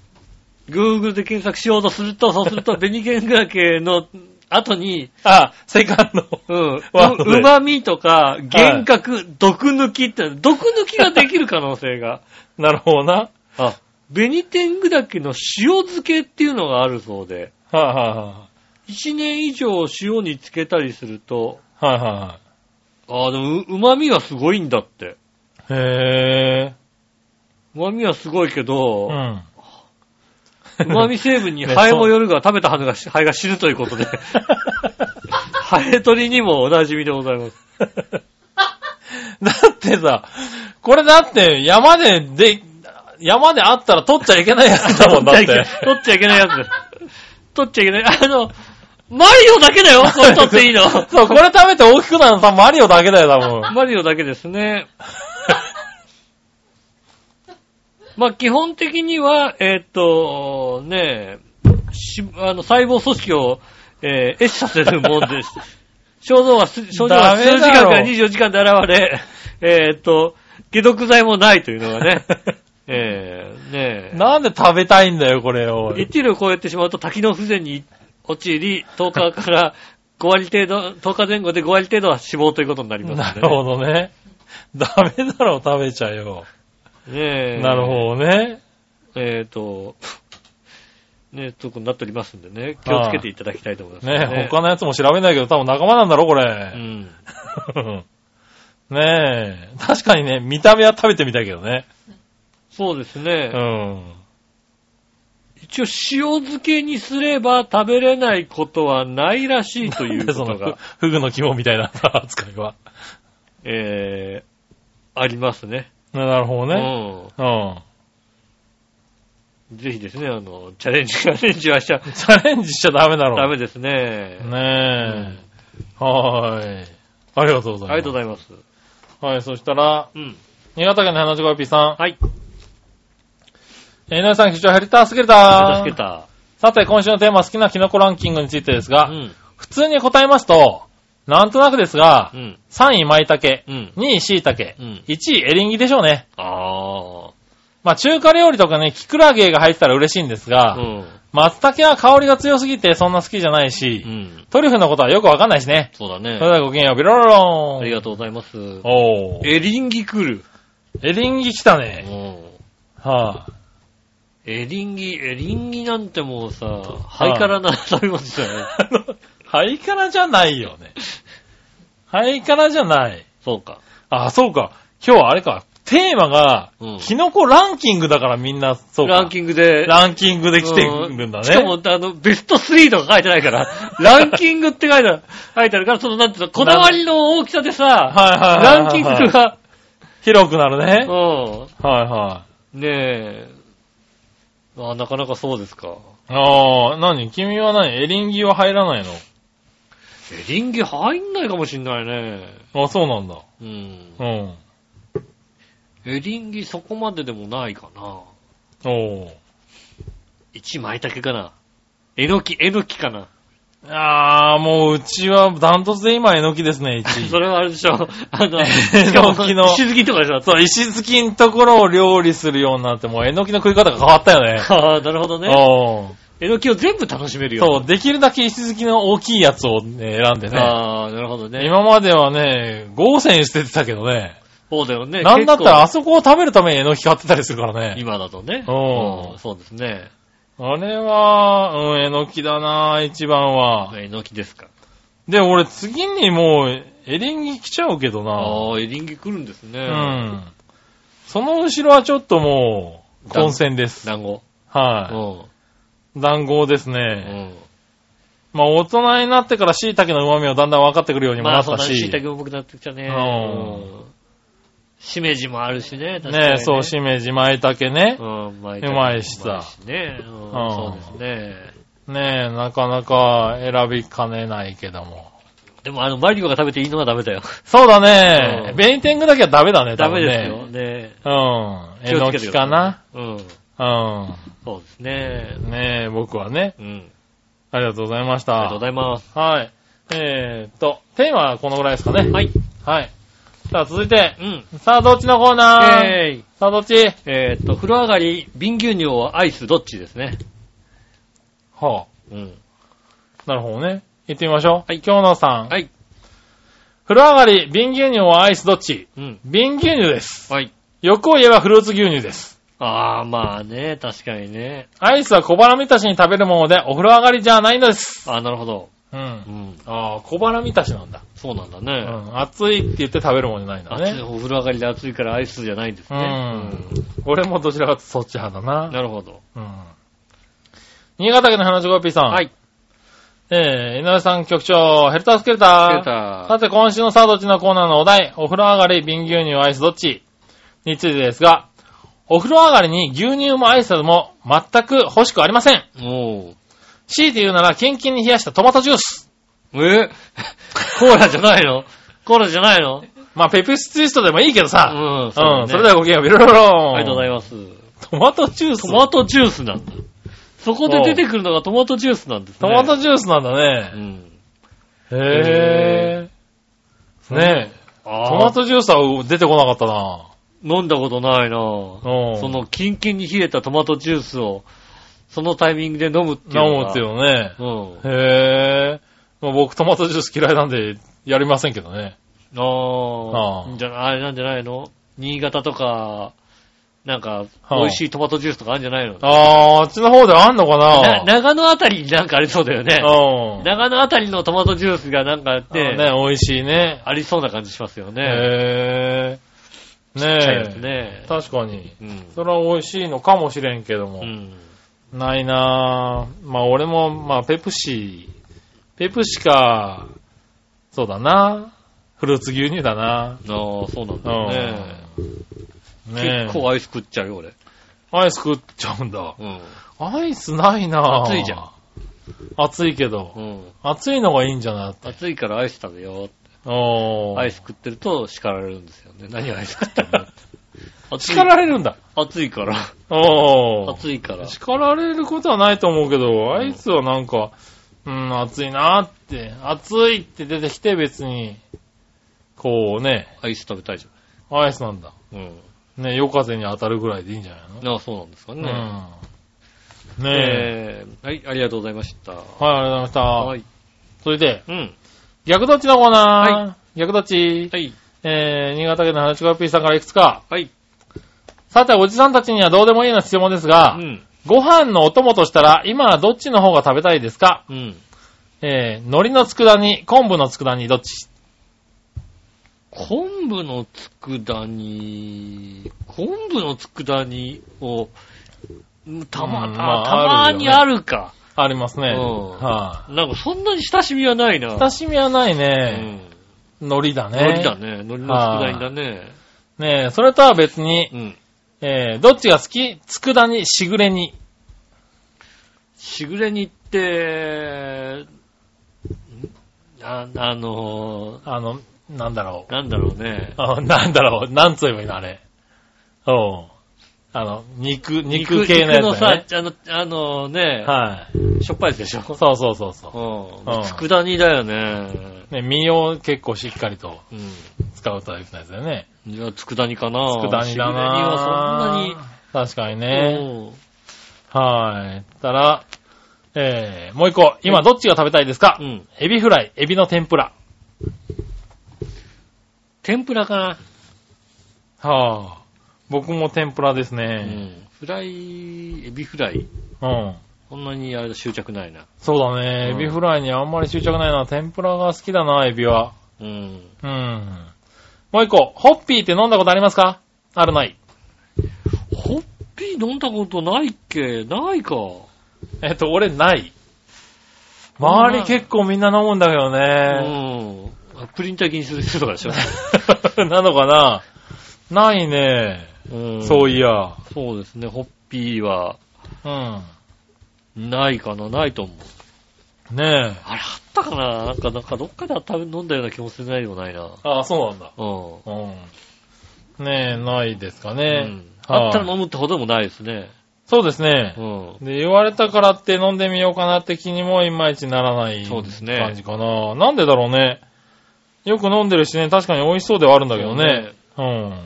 S2: Google で検索しようとすると、そうする と、ベニテングだけの後に、
S3: あ、セカンド。
S2: うん、う
S3: ワードで
S2: まみとか、幻覚、毒抜きって、毒抜きができる可能性が。
S3: なるほどな。
S2: あ、紅天狗だけの塩漬けっていうのがあるそうで、
S3: はいは
S2: 1年以上塩に漬けたりすると、
S3: いはい。はいは
S2: あの、うまみがすごいんだって。
S3: いはい。へ
S2: うまみはすごいけ
S3: ぇー。う
S2: ど、
S3: ん。
S2: うまみ成分に
S3: ね
S2: ハエもよるが食べたハがしハエが死ぬということ で、ハエ取りにもおなじみでございます。
S3: だってさ、これだって山で、で、山であったら取っちゃいけないやつだもんだって。
S2: 取っちゃいけないやつです。取っちゃいけない。あの、マリオだけだよ、これ取っていいの。
S3: そう、これ食べて大きくなるのさ、マリオだけだよ、多分。
S2: マリオだけですね。まあ、基本的には、えーっと、ねえ、しあの細胞組織を、えー、壊死させるもん です。症状はす、症状は
S3: ダメ
S2: 数
S3: だろ
S2: 時間から24時間で現れ、えーっと、解毒剤もないというのが ね、えー、ねえ。
S3: なんで食べたいんだよ、これを。
S2: 一流を超えてしまうと多機能不全に陥り、10日 から5割程度、10日前後で5割程度は死亡ということになりますの
S3: な
S2: で、
S3: るほどね。ダメだろ、食べちゃうよ。
S2: ど。ねえ。
S3: なるほどね。
S2: えっ、と、 ね、とこになっておりますんでね、気をつけていただきたいと思います、
S3: ね他のやつも調べないけど、多分仲間なんだろ、こ
S2: う
S3: れ。
S2: ん。
S3: ねえ。確かにね、見た目は食べてみたいけどね。
S2: そうです
S3: う
S2: ね。
S3: ん。
S2: 一応、塩漬けにすれば食べれないことはないらしいという
S3: で、
S2: こ
S3: そ
S2: と
S3: の
S2: が、、
S3: ふぐの肝みたいなさ扱いは。
S2: えー、ありますね。
S3: ねなるほどね。うん。
S2: うん。ぜひですね、あの、チャレンジ、 チャレンジはしちゃ
S3: チャレンジしちゃダメだろ。
S2: ダメですね。
S3: ねえ。はーい。ありがとうございます。
S2: ありがとうございます。
S3: はい、そしたら、
S2: うん。
S3: 新潟県の花子 P さん。
S2: はい。
S3: えー、皆さん、局長、ヘルタースケルター。
S2: 助けた。
S3: さて、今週のテーマ、好きなキノコランキングについてです
S2: う
S3: が、
S2: ん。
S3: 普通に答えますと、なんとなくですが
S2: う、ん。
S3: 3位、舞茸、
S2: うん。
S3: 2位、椎茸、
S2: うん
S3: 1位、エリンギでしょうね。
S2: あ
S3: まあ、中華料理とかね、キクラゲが入ってたら嬉しいんです
S2: あ。
S3: が、
S2: うん。
S3: 松茸は香りが強すぎてそんな好きじゃないし、
S2: うん。
S3: トリュフのことはよくわかんないしね。
S2: そうだ
S3: そ
S2: ね
S3: れ。ではごきげんよう、ビロロロ
S2: あ
S3: ー
S2: り
S3: ン。
S2: がとうございます。
S3: おー。
S2: エリンギ来る。
S3: エリンギ来たね。は
S2: エリンギ、エリンギなんてもうさ、ハイカラな食べ物じゃない。
S3: あ、ハイカラじゃないよね。ハイカラじゃない。
S2: そうか。
S3: あ、そうか。今日はあれか。テーマが、
S2: うん
S3: キノコランキングだからみんな、そうか。
S2: ランキングで。
S3: ランキングで来てるんだ
S2: う
S3: ね。
S2: しかも、あの、ベスト3とか書いてない から、ランキングって書いてある、書いてあるから、その、なんていうの、こだわりの大きさでさ、
S3: はいはいはいはい
S2: ラン
S3: はい
S2: キングが、
S3: 広くなるね。
S2: う
S3: はいはい。
S2: ん。ねえ。あなかなかそうですか。
S3: ああ、何君は何エリンギは入らないの
S2: エリンギ入んないかもしんないね。
S3: あ、そうなんだ。
S2: うん
S3: う。ん。
S2: エリンギそこまででもないかな。
S3: お
S2: 一枚茸かな。えのき、えのきかな。
S3: ー。ああ、もううちはダントツで今、えのきですね、1位。
S2: それはあれ でしょ。あの、
S3: え
S2: しかも
S3: えのきの
S2: 石突きとかでしょ。
S3: そう、石突きんところを料理するようになって、もうえのきの食い方が変わったよね。
S2: ああ、なるほどね。
S3: おー
S2: えのきを全部楽しめるよ。
S3: そう、できるだけ石突きの大きいやつを、ね、選んでね。
S2: ああ、なるほどね。
S3: 今まではね、合成捨ててたけどね。
S2: そうだよね。
S3: なんだったらあ
S2: 結
S3: そこを食べるためにえのき買ってたりするから
S2: 構
S3: ね。
S2: 今だとね。
S3: うん
S2: うんそうですね。
S3: あれは、うん、えのきだな、一番は。
S2: えのきですか。
S3: で、俺次にもう、エリンギ来ちゃうけどな。
S2: ああ、エリンギ来るんです
S3: う
S2: ね。
S3: ん。その後ろはちょっともう、混戦です。
S2: 団子。う
S3: は
S2: ん。
S3: い。談合です
S2: う
S3: ね。
S2: ん。
S3: まあ、大人になってから椎茸の旨味をだんだん分かってくるようにも
S2: ま
S3: な
S2: あ、
S3: っ
S2: そん
S3: た
S2: な椎
S3: し。
S2: 茸も僕なってきたね。
S3: うん
S2: うんしめじもあるしね。確かに
S3: ねえ、そう、しめじ、まいたけね
S2: う。ん、まいう
S3: まいしさ
S2: ね。うん
S3: ん
S2: そうですね。
S3: ねえ、なかなか選びかねないけども。
S2: でも、あの、マリオが食べていいのはダメだよ。
S3: そうだね
S2: う。ん
S3: ベニテングだけは ダメだね、
S2: ダ
S3: 多
S2: メで
S3: 分ね
S2: すよ。ね
S3: うん。え
S2: 気を
S3: の
S2: つけて
S3: き
S2: くださ
S3: か
S2: い
S3: な。
S2: うん。
S3: う
S2: そうですね。
S3: ん。ねえ、僕はね。
S2: うん。
S3: ありがとうございまし
S2: ありがとうご。
S3: た
S2: ざいます。
S3: はい。えーっと、テーマはこのぐらいですかね。
S2: はい。
S3: はい。さあ、続いて
S2: う、ん。
S3: さあ、どっちのコーナー
S2: えーい
S3: さあ、どっち
S2: えーっと、風呂上がり、瓶牛乳はアイスどっちですね。
S3: は
S2: うん。
S3: あ、なるほどね。行ってみましょう。はい。京野さん。
S2: はい。
S3: 風呂上がり、瓶牛乳はアイスどっち
S2: うん。
S3: 瓶牛乳です。
S2: はい。
S3: 欲を言えばフルーツ牛乳です。
S2: ああ、まあね、確かにね。
S3: アイスは小腹満たしに食べるもので、お風呂上がりじゃないのです。
S2: ああ、なるほど。
S3: う。
S2: うんん。
S3: ああ、小腹満たしなんだ。
S2: そうなんだ
S3: う
S2: ね。
S3: ん。暑いって言って食べるもんじゃないんだ
S2: 暑い、
S3: ね。
S2: お風呂上がりで暑いからアイスじゃないんですね。
S3: 俺もどちらかとそっち派だ
S2: うん
S3: な。
S2: なるほど。
S3: うん。新潟県の花5 P さん。
S2: はい。。
S3: えー、井上さん局長、ヘルタースケルター。
S2: 出た
S3: さ。て、今週のさあどっちのコーナーのお題、お風呂上がり、瓶牛乳、アイスどっちについてですが、お風呂上がりに牛乳もアイスも全く欲しくありません。
S2: も
S3: 強いて言うなら、キンキンに冷やしたトマトジュース。
S2: う、えコーラじゃないのコーラじゃないの
S3: まあ、ペプシツイストでもいいけどさ。
S2: うん、
S3: うん、それで
S2: は
S3: はごきげんよう、ビロロロン。
S2: ありがとうござい
S3: ま
S2: ます。
S3: す。トマトジュース
S2: トマトジュースなんだ。そこで出てくるのがトマトジュースなんですね。
S3: トマト
S2: ジ
S3: ジュースなんだ
S2: ュース。うん。
S3: ね。へぇー。ねえ。
S2: あ
S3: ト
S2: ー
S3: マトジュースは出てこなかったな。
S2: 飲んだことないなぁ。
S3: うん。
S2: そ、のキンキンに冷えたトマトジュースを、そのタイミングで飲むっていうの
S3: 思
S2: が。
S3: ってよね。
S2: うん。
S3: へぇー。まあ、僕トマトジュース嫌いなんで、やりませんけどね。
S2: あ
S3: あ
S2: あ
S3: あ。
S2: じゃあ、あれなんじゃないの新潟とか、なんか、
S3: はあ
S2: 美味しいトマトジュースとかあるんじゃないの
S3: あー、あっちの方であんのか
S2: な
S3: な
S2: 長野あたりになんかありそうだよね。
S3: うん。
S2: 長野あたりのトマトジュースがなんかあっ
S3: あ
S2: て、
S3: のね、美味しいね。
S2: ありそうな感じしますよね。
S3: へぇー。
S2: ちっちゃいやつ
S3: ね
S2: ね。
S3: え。確かに。
S2: うん。
S3: それは美味しいのかもしれんけども。
S2: うん。
S3: ないなぁ。まあ俺も、まあペプシ、ペプシか、そうだなフルーツ牛乳だな
S2: ああ、そうなんだよね。
S3: うん。ねえ
S2: 結。構アイス食っちゃうよ、俺。
S3: アイス食っちゃうんだ。
S2: うん。
S3: アイスないなぁ。
S2: 暑いじゃん。
S3: 暑いけど
S2: う。ん。
S3: 暑いのがいいんじゃない
S2: 暑いからアイス食べようって
S3: おー
S2: アイス食ってると叱られるんですよね。何アイス食ってるの暑い
S3: 叱られるんだ。
S2: 暑いから。
S3: おー
S2: 暑いから。
S3: 叱られることはないと思うけど、アイスはなんか、うん、暑いなーって、暑いって出てきて別に、こうね、
S2: アイス食べたいじ
S3: アイスなんだ。
S2: ゃん。うん。
S3: ね、夜風に当たるぐらいでいいんじゃないの
S2: ああ、そうなんですかね。
S3: うん。ね
S2: え
S3: え。
S2: ーはい、ありがとうございました。
S3: はい、ありがとうございました。
S2: はい。
S3: それで、
S2: うん。
S3: 逆どっちのコーナー、逆どっち、
S2: はい。
S3: えー、新潟県の話が P さんからいくつか。
S2: はい。
S3: さて、おじさんたちにはどうでもいいような質問ですが、
S2: うん。
S3: ご飯のお供としたら、今はどっちの方が食べたいですか
S2: うん。
S3: えー、海苔の佃煮、昆布の佃煮、どっち
S2: 昆布の佃煮、昆布の佃煮を、うんたま、
S3: うん
S2: あ
S3: まあ
S2: たまにあ
S3: あ
S2: るか。
S3: ありますね。
S2: うん
S3: は
S2: なんかそんなに親しみはないな。
S3: い。親しみはないうね。
S2: ん。
S3: 海苔だね。
S2: 海苔だね。海苔の佃煮だね。
S3: ねえ、それとは別に、
S2: うん。
S3: えー、どっちが好き佃煮、しぐれ煮。
S2: しぐれ煮って、んああの
S3: あの、なんだろう
S2: ー、。なんだろうね。
S3: あ なんだろう。なんつえばいいのあれ。うん。あの、肉、肉系のやつ
S2: 肉
S3: だね。
S2: のさ、あの、あのね、
S3: はい。
S2: しょっぱいやつでしょ。
S3: そうそうそうそううん
S2: ん。佃煮だよね。。
S3: ね、身を結構しっかりと
S2: うん。
S3: 使うタイプのやつだよね。
S2: じゃあ、佃煮かな
S3: 佃煮だ
S2: しぐれ煮
S3: な
S2: は
S3: 確かに
S2: そんなに、
S3: ね。
S2: うん
S3: はい。たら、えー、もう一個。今どっちが食べたいですか、
S2: うん。
S3: エビフライ、エビの天ぷら。
S2: 天ぷらかな。
S3: はぁ、僕も天ぷらです
S2: う
S3: ね。
S2: ん。フライ、エビフライ。
S3: うん。
S2: こんなにあれだ執着ないな。
S3: そうだね。エ
S2: うん
S3: ビフライにあんまり執着ないな。天ぷらが好きだな、エビは。
S2: うん。
S3: うん。もう一個、ホッピーって飲んだことありますかあるない。
S2: ホッピー飲んだことないっけないか。
S3: えっと、俺ない。周り結構みんな飲むんだけどね。
S2: うん。プリン体禁止するとかでしょ。
S3: なのかなないね。
S2: うん
S3: そういや。
S2: そうですね。ホッピーは、
S3: うん。
S2: ないかな、ないと思う。
S3: ねえ。
S2: あれ、あったかななんか、なんか、どっかで食べ飲んだような気もするないでもないな。う
S3: ああ、そうなんだ。
S2: ん。
S3: うん。ねえ、ないですかね。
S2: うん
S3: はい
S2: あったら飲むってほどでもないですね。
S3: そうですね
S2: う。ん。
S3: で、言われたからって飲んでみようかなって気にもいまいちならない
S2: そうですね
S3: 感じかな。なんでだろうね。よく飲んでるしね、確かに美味しそうではあるんだけどね。うん。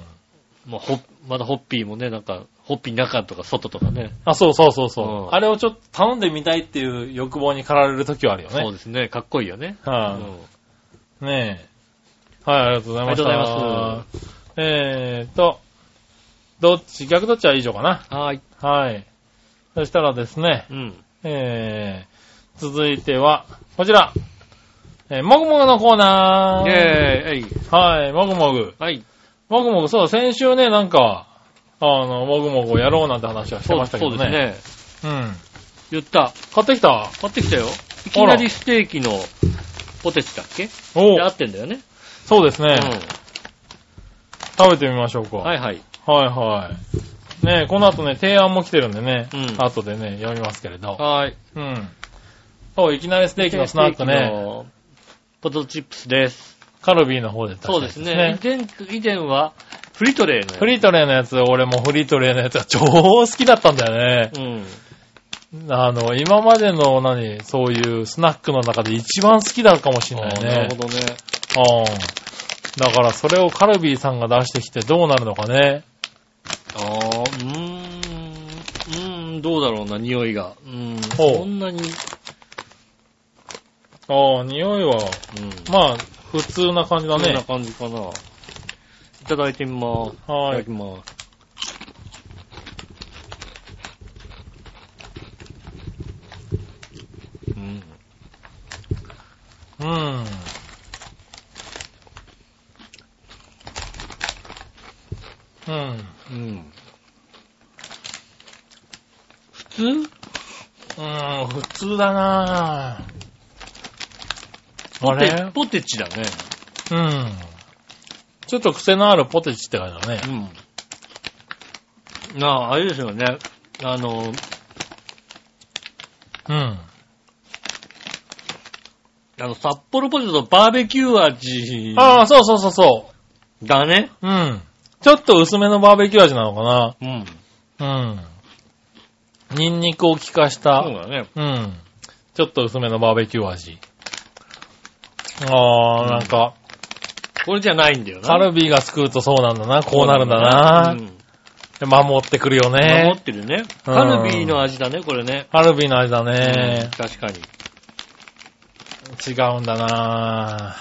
S2: まあ、ほ、まだホッピーもね、なんか、ホッピー中とか外とかね。
S3: あ、そうそうそうそう。
S2: うん
S3: あれをちょっと頼んでみたいっていう欲望に駆られる時はあるよね。
S2: そうですね。かっこいいよね。
S3: は
S2: う
S3: い、
S2: ん
S3: ねえ。はい、ありがとうございました。。
S2: ありがとうございます
S3: えーっと、どっち、逆どっちはいい上かな。
S2: はい。
S3: はい。そしたらですね、
S2: うん。
S3: えー、続いては、こちら。えー、もぐもぐのコーナ
S2: イェーイ。
S3: ー。
S2: えい
S3: はい、もぐもぐ。
S2: はい。
S3: もぐもぐ、そう、先週ね、なんか、あの、もぐもぐをやろうなんて話はして
S2: そう
S3: ましたけ
S2: そう
S3: どね。
S2: ですね。
S3: うん。
S2: 言った。
S3: 買ってきた。
S2: 買ってきたよ。いきなりステーキのポテチだっけ
S3: お
S2: で合
S3: う
S2: ってんだよね。
S3: そうですね、
S2: う
S3: 食べてみましょうか。
S2: ん。はいはい。
S3: はいはい。ねえこの後ね、提案も来てるんでね、
S2: うん
S3: 後でね、読みますけれど。
S2: はい。
S3: うん。そう、いきなりステーキのスナック
S2: ステーキ
S3: ね、
S2: のポテトチップスです。
S3: カルビーの方で出した
S2: そ
S3: や
S2: うで
S3: つ
S2: すね。以前、以前はフリトレーのやつ
S3: フリートレイのやつ、俺もフリートレイのやつが超好きだったんだよね。
S2: うん。
S3: あの、今までの何、そういうスナックの中で一番好きだかもしれない
S2: あー
S3: ね。
S2: なるほどね。
S3: うん。だからそれをカルビーさんが出してきてどうなるのかね。
S2: ああ、うーん。うーん、どうだろうな、匂いが。うん。
S3: ほう
S2: そんなに。
S3: ああ、匂いは、
S2: うん。
S3: まあ、普通な感じだ
S2: そんな
S3: ね。
S2: 感じかな。いただいてみます。
S3: はい
S2: ただきます。うん。
S3: うん。う
S2: う
S3: ん。
S2: ん。普通
S3: うん、普通だなぁあ
S2: ポテ
S3: れ
S2: ポテチだね。
S3: うん。ちょっと癖のあるポテチって感じだね。
S2: うん。なあ、あれですよね。あの、
S3: うん。
S2: あの、札幌ポテトバーベキュー味
S3: ああ、そうそうそうそ
S2: だね。
S3: う。うん。ちょっと薄めのバーベキュー味なのか
S2: うん。
S3: なうん。ニンニクを効かした、
S2: そうだね。
S3: うん。ちょっと薄めのバーベキュー味。ああ、なんか、
S2: これじゃないんだよな。
S3: カルビーが救うとそうなんだな。こうなるんだな。
S2: うん
S3: 守ってくるよ
S2: 守
S3: ね
S2: っ。てるね。
S3: うん
S2: カルビーの味だね、これね。
S3: カルビーの味だね。
S2: 確かに。
S3: 違うんだな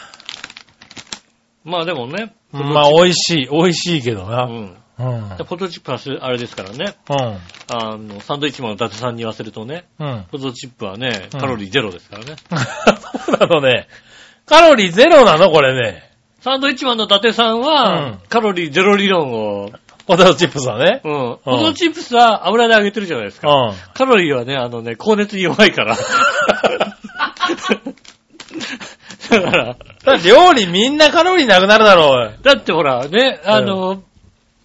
S2: まあでもね。
S3: まあ、美味しい。美味しいけど
S2: う
S3: な。
S2: ん。
S3: うん。うん。
S2: ポテトチップはすあれですからね。あの、サンドイッチマンの伊達さんに言わせるとね、
S3: うん。
S2: ポテトチップはね、
S3: うん
S2: カロリーゼロですからね。
S3: そうなのね。カロリーゼロなのこれね。
S2: サンドイッチマンの伊達さんは、
S3: うん
S2: カロリーゼロ理論を、
S3: ポテトチップスはね。
S2: うん。ポテトチップスは油で揚げてるじゃないです
S3: う
S2: か。
S3: ん。
S2: カロリーはね、あのね、高熱に弱いから。だから、
S3: だって料理みんなカロリーなくなるだろ
S2: だってほら、ね、あの、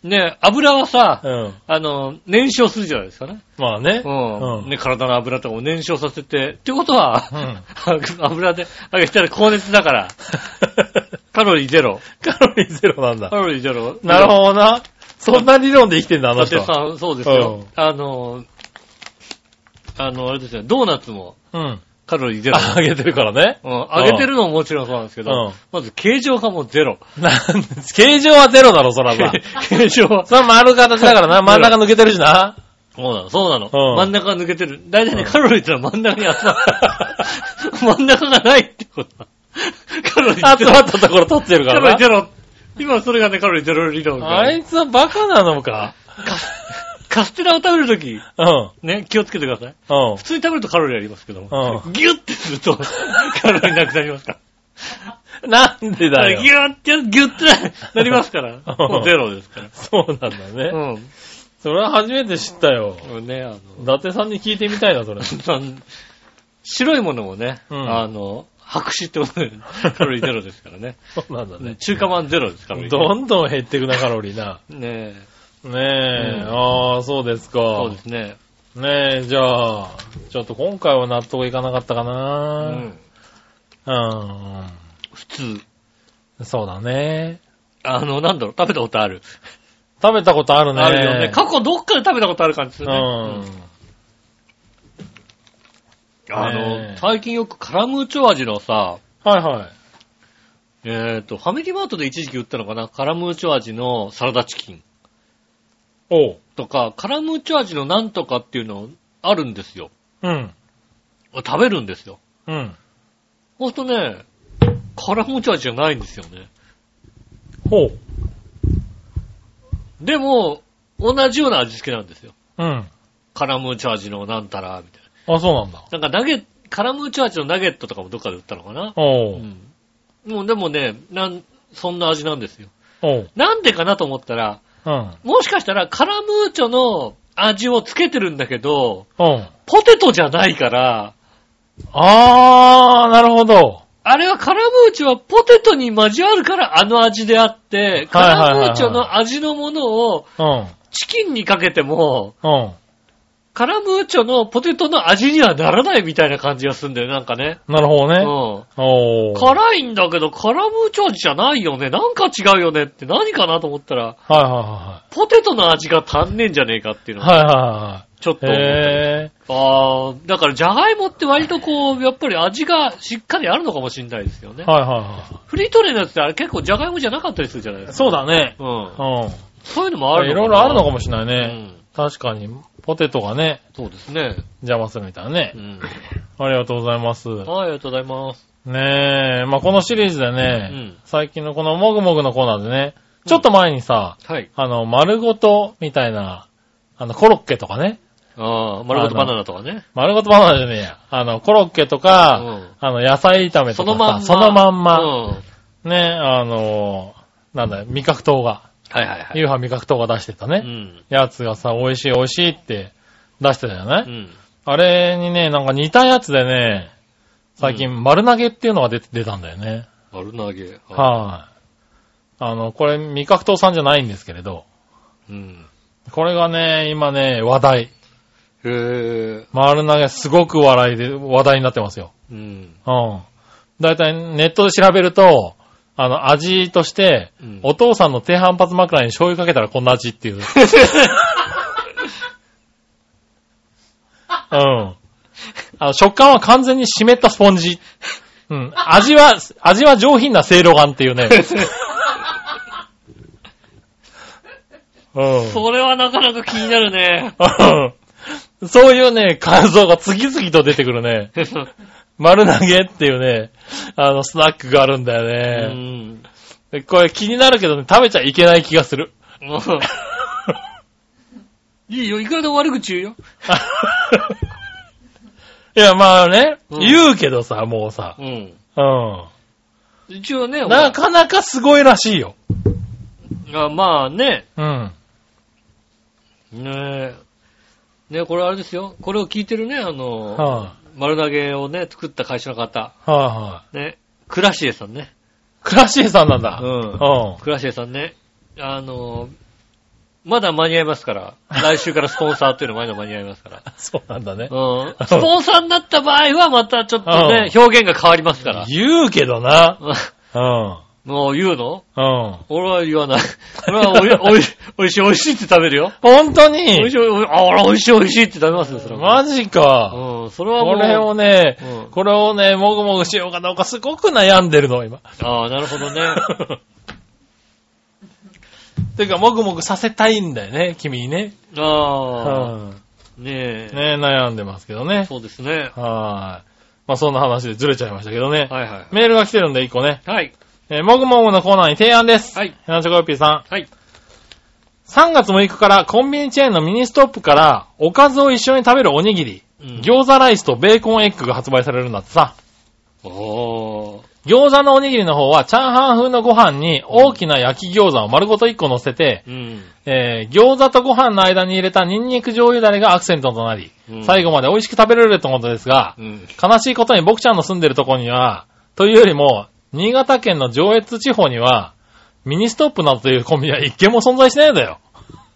S2: ね、油はさ、
S3: う。うん。
S2: あの、燃焼するじゃないですかね。
S3: まあね。
S2: うん。
S3: うん
S2: ね、体の油とかを燃焼させて。ってことは、
S3: うん。
S2: 油で揚げたら高熱だ から。カロリーゼロ。
S3: カロリーゼロなんだ
S2: カ。ロリーゼロ。
S3: なるほどな。そんな理論で生きてんだ、あ
S2: だ
S3: の
S2: って
S3: 人は。
S2: さ、そうですよ。
S3: うん
S2: あの、あの、あれですね、ドーナツも
S3: うん。
S2: カロリーゼロ。
S3: あげてるからね。
S2: うん、揚げてるのももちろんそうなんですけど、
S3: うん
S2: まず形状がもうゼロ。
S3: なんで形状はゼロだろ、そらさ。
S2: 形状は。
S3: それは丸形だからな。真ん中抜けてるしな。
S2: そうなの、そうなの。
S3: うん
S2: 真ん中が抜けてる。大体ね、
S3: うん
S2: カロリーってのは真ん中に集まる。 真ん中がないってことだ。カロリー
S3: 集まったところ取ってるか
S2: カロリ
S3: ら
S2: ーゼ
S3: な。
S2: ロ。今それがね、カロリーゼロ理論が
S3: あいつはバカなのか。
S2: カステラを食べるとき、
S3: うん。
S2: ね、気をつけてください。
S3: うん
S2: 普。通に食べるとカロリーありますけども、
S3: う
S2: ギュッてする とカロリーなくなりますから。
S3: なんでだ
S2: ギ
S3: よ。
S2: ュッて、ギュッてなりますから。
S3: うん
S2: もうゼロですから。
S3: そうなんだね。
S2: うん。
S3: それは初めて知ったよ。
S2: これね、あの、
S3: 伊達さんに聞いてみたいな、それ。
S2: その白いものもね、
S3: うん
S2: あの、白紙ってことで、カロリーゼロですからね。
S3: そうなんだね。
S2: 中華まんゼロですからね。
S3: どんどん減ってくな、カロリーな。
S2: ねえ。
S3: ねえ、
S2: うん
S3: ああ、そうですか。
S2: そうですね。
S3: ねえ、じゃあ、ちょっと今回は納得いかなかったか
S2: う
S3: な。
S2: ん。
S3: うん。
S2: 普通。
S3: そうだね。
S2: あの、なんだろう、食べたことある。
S3: 食べたことあるね。
S2: あるよね。過去どっかで食べたことある感じす
S3: う
S2: るね。うん
S3: ん。
S2: あ
S3: ね
S2: の
S3: え、
S2: 最近よくカラムーチョ味のさ、
S3: はいはい。
S2: えっと、ファミリーマートで一時期売ったのかなカラムーチョ味のサラダチキン
S3: おう。
S2: とか、カラムーチョ味のなんとかっていうのあるんですよ。
S3: うん。
S2: 食べるんですよ。
S3: うん。
S2: ほんとね、カラムーチョ味じゃないんですよね。
S3: ほう。
S2: でも、美同じような味付けなんですよ。
S3: うん。
S2: カラムーチョ味のなんたら、みたい
S3: あ、そうなんだ。
S2: な。なんかナゲッ、カラムーチョ味のナゲットとかもどっかで売ったのかな。う。
S3: おうん
S2: もうでもね、なん、そんな味なんですよ。
S3: おう。
S2: なんでかなと思ったら、
S3: うん。
S2: もしかしたらカラムーチョの味をつけてるんだけど、
S3: おう。
S2: ポテトじゃないから、
S3: あー、なるほど。
S2: あれはカラムーチョはポテトに交わるからあの味であって、カ
S3: はいはいはいはい
S2: ラムーチョの味のものを
S3: うん。
S2: チキンにかけても、
S3: うん。
S2: カラムーチョのポテトの味にはならないみたいな感じがするんだよ、なんかね。
S3: なるほど
S2: う
S3: ね。
S2: ん。
S3: おー。はい
S2: 辛いんだけど、カラムーチョ味じゃないよね。なんか違うよねって何かなと思ったら、
S3: はいは
S2: ポテトの味が足んねえんじゃねえかっていう
S3: い
S2: の
S3: は
S2: が、
S3: い。はいは
S2: ちょっと
S3: い
S2: 思
S3: は
S2: っ
S3: い。
S2: た
S3: へ
S2: ああ、だからじゃがいもって割とこう、やっぱり味がしっかりあるのかもしれないですよね
S3: ー。。はいはいは
S2: フリートレーのやつってあれ結構じゃがいもじゃなかったりするじゃないで
S3: い。
S2: すか。
S3: そうだね。
S2: うん
S3: う。ん。
S2: そういうのもある
S3: いろいろあるのかも
S2: し
S3: しれないね。
S2: ね。
S3: 確かに、ポテトがね、
S2: うん。そうですね。
S3: 邪魔するみたいなね
S2: う。ん。
S3: ありがとうございます。
S2: はい、ありがとうございます。
S3: ねえ、まあ、このシリーズで
S2: う
S3: ね、
S2: ん。
S3: 最近のこのもぐもぐのコーナーでね、ちょっと前にさ、
S2: はい。
S3: あの、丸ごとみたいな、あの、コロッケとかね、
S2: ああ、丸ごとバナナとかね。
S3: 丸ごとバナナじゃねえや。あの、コロッケとか、
S2: うん
S3: あの、野菜炒め
S2: そ
S3: とかさ
S2: のまんま。
S3: そのまんま
S2: うん。
S3: ね、あの、なんだよ、味覚糖が、
S2: はいはいはい。
S3: 夕飯味覚糖が出してたね、
S2: うん。
S3: やつがさ、美味しい美味しいって出してたじゃない、
S2: うん。
S3: あれにね、なんか似たやつでね、最近、丸投げっていうのが出て出たんだよね。
S2: 丸投げ。
S3: はい、あの、これ、味覚糖さんじゃないんですけれど、
S2: い。うん。
S3: これがね、今ね、話題。
S2: へえ。
S3: 丸投げすごく笑いで、話題になってますよ。
S2: うん。
S3: うん。だいたいネットで調べると、あの、味として、
S2: うん
S3: お父さんの低反発枕に醤油かけたらこんな味 っていう。うん。あの、食感は完全に湿ったスポンジ。うん。味は、味は上品なせいろがんっていうね。うん。
S2: それはなかなか気になる ね。
S3: うんそういうね、感想が次々と出てくるね。丸投げっていうね、あの、スナックがあるんだ
S2: う
S3: よね。
S2: ん。
S3: でこれ気になるけどね、食べちゃいけない気がする。
S2: いいよ、いくらでも悪口言うよ。
S3: いや、まあね、
S2: うん
S3: 言うけどさ、もうさ
S2: う、ん。
S3: うん。
S2: 一応ね、ほら
S3: なかなかすごいらしいよ。
S2: あまあね、
S3: うん。
S2: ねえ、ねこれあれですよ。これを聞いてるね、あの、
S3: は
S2: 丸投げをね、作った会社の方、
S3: い、はい、はい、
S2: ね、クラシエさんね。
S3: クラシエさんなんだ。
S2: う
S3: うん。
S2: んクラシエさんね、あの、まだ間に合いますから、来週からスポンサーっていうのまだ間に合いますから。
S3: そうなんだね。
S2: うん。スポンサーになった場合は、またちょっとね、
S3: う
S2: 表現が変わりますから。
S3: 言うけどな。
S2: うん
S3: うん。
S2: もう言うの
S3: うん。
S2: 俺は言わない。俺はおい、おい、おいしい、おいしいって食べるよ。
S3: 本当
S2: おい
S3: に
S2: しい、おいしい、あ、俺おいしい、おいしいって食べますよ、それは。
S3: マジか。
S2: うん、それはも
S3: こ
S2: う。
S3: れをね、
S2: うん
S3: これをね、もぐもぐしようかどうかすごく悩んでるの、今。
S2: ああ、なるほどね。
S3: てか、もぐもぐさせたいんだよね、君にね。
S2: ああ、
S3: うん
S2: ねえ。
S3: ね悩んでますけどね。
S2: そうですね。
S3: はい。まあ、そんな話でずれちゃいましたけどね。
S2: はいは
S3: メールが来てるんで、一個ね。
S2: い。はい。
S3: えーもぐもぐのコーナーに提案です。
S2: はい。
S3: ヘナチョコヨッピーさん。
S2: はい。
S3: 3月6日からコンビニチェーンのミニストップから、おかずを一緒に食べるおにぎり、
S2: うん
S3: 餃子ライスとベーコンエッグが発売されるんだってさ。
S2: おー。
S3: 餃子のおにぎりの方は、チャーハン風のご飯に大きな焼き餃子を丸ごと1個乗せて、
S2: うん。
S3: えー餃子とご飯の間に入れたニンニク醤油ダレがアクセントとなり、
S2: うん
S3: 最後まで美味しく食べられるとのことですが
S2: う、ん。
S3: 悲しいことに僕ちゃんの住んでるとこには、というよりも、新潟県の上越地方には、ミニストップなどというコンビニは一軒も存在しないんだよ。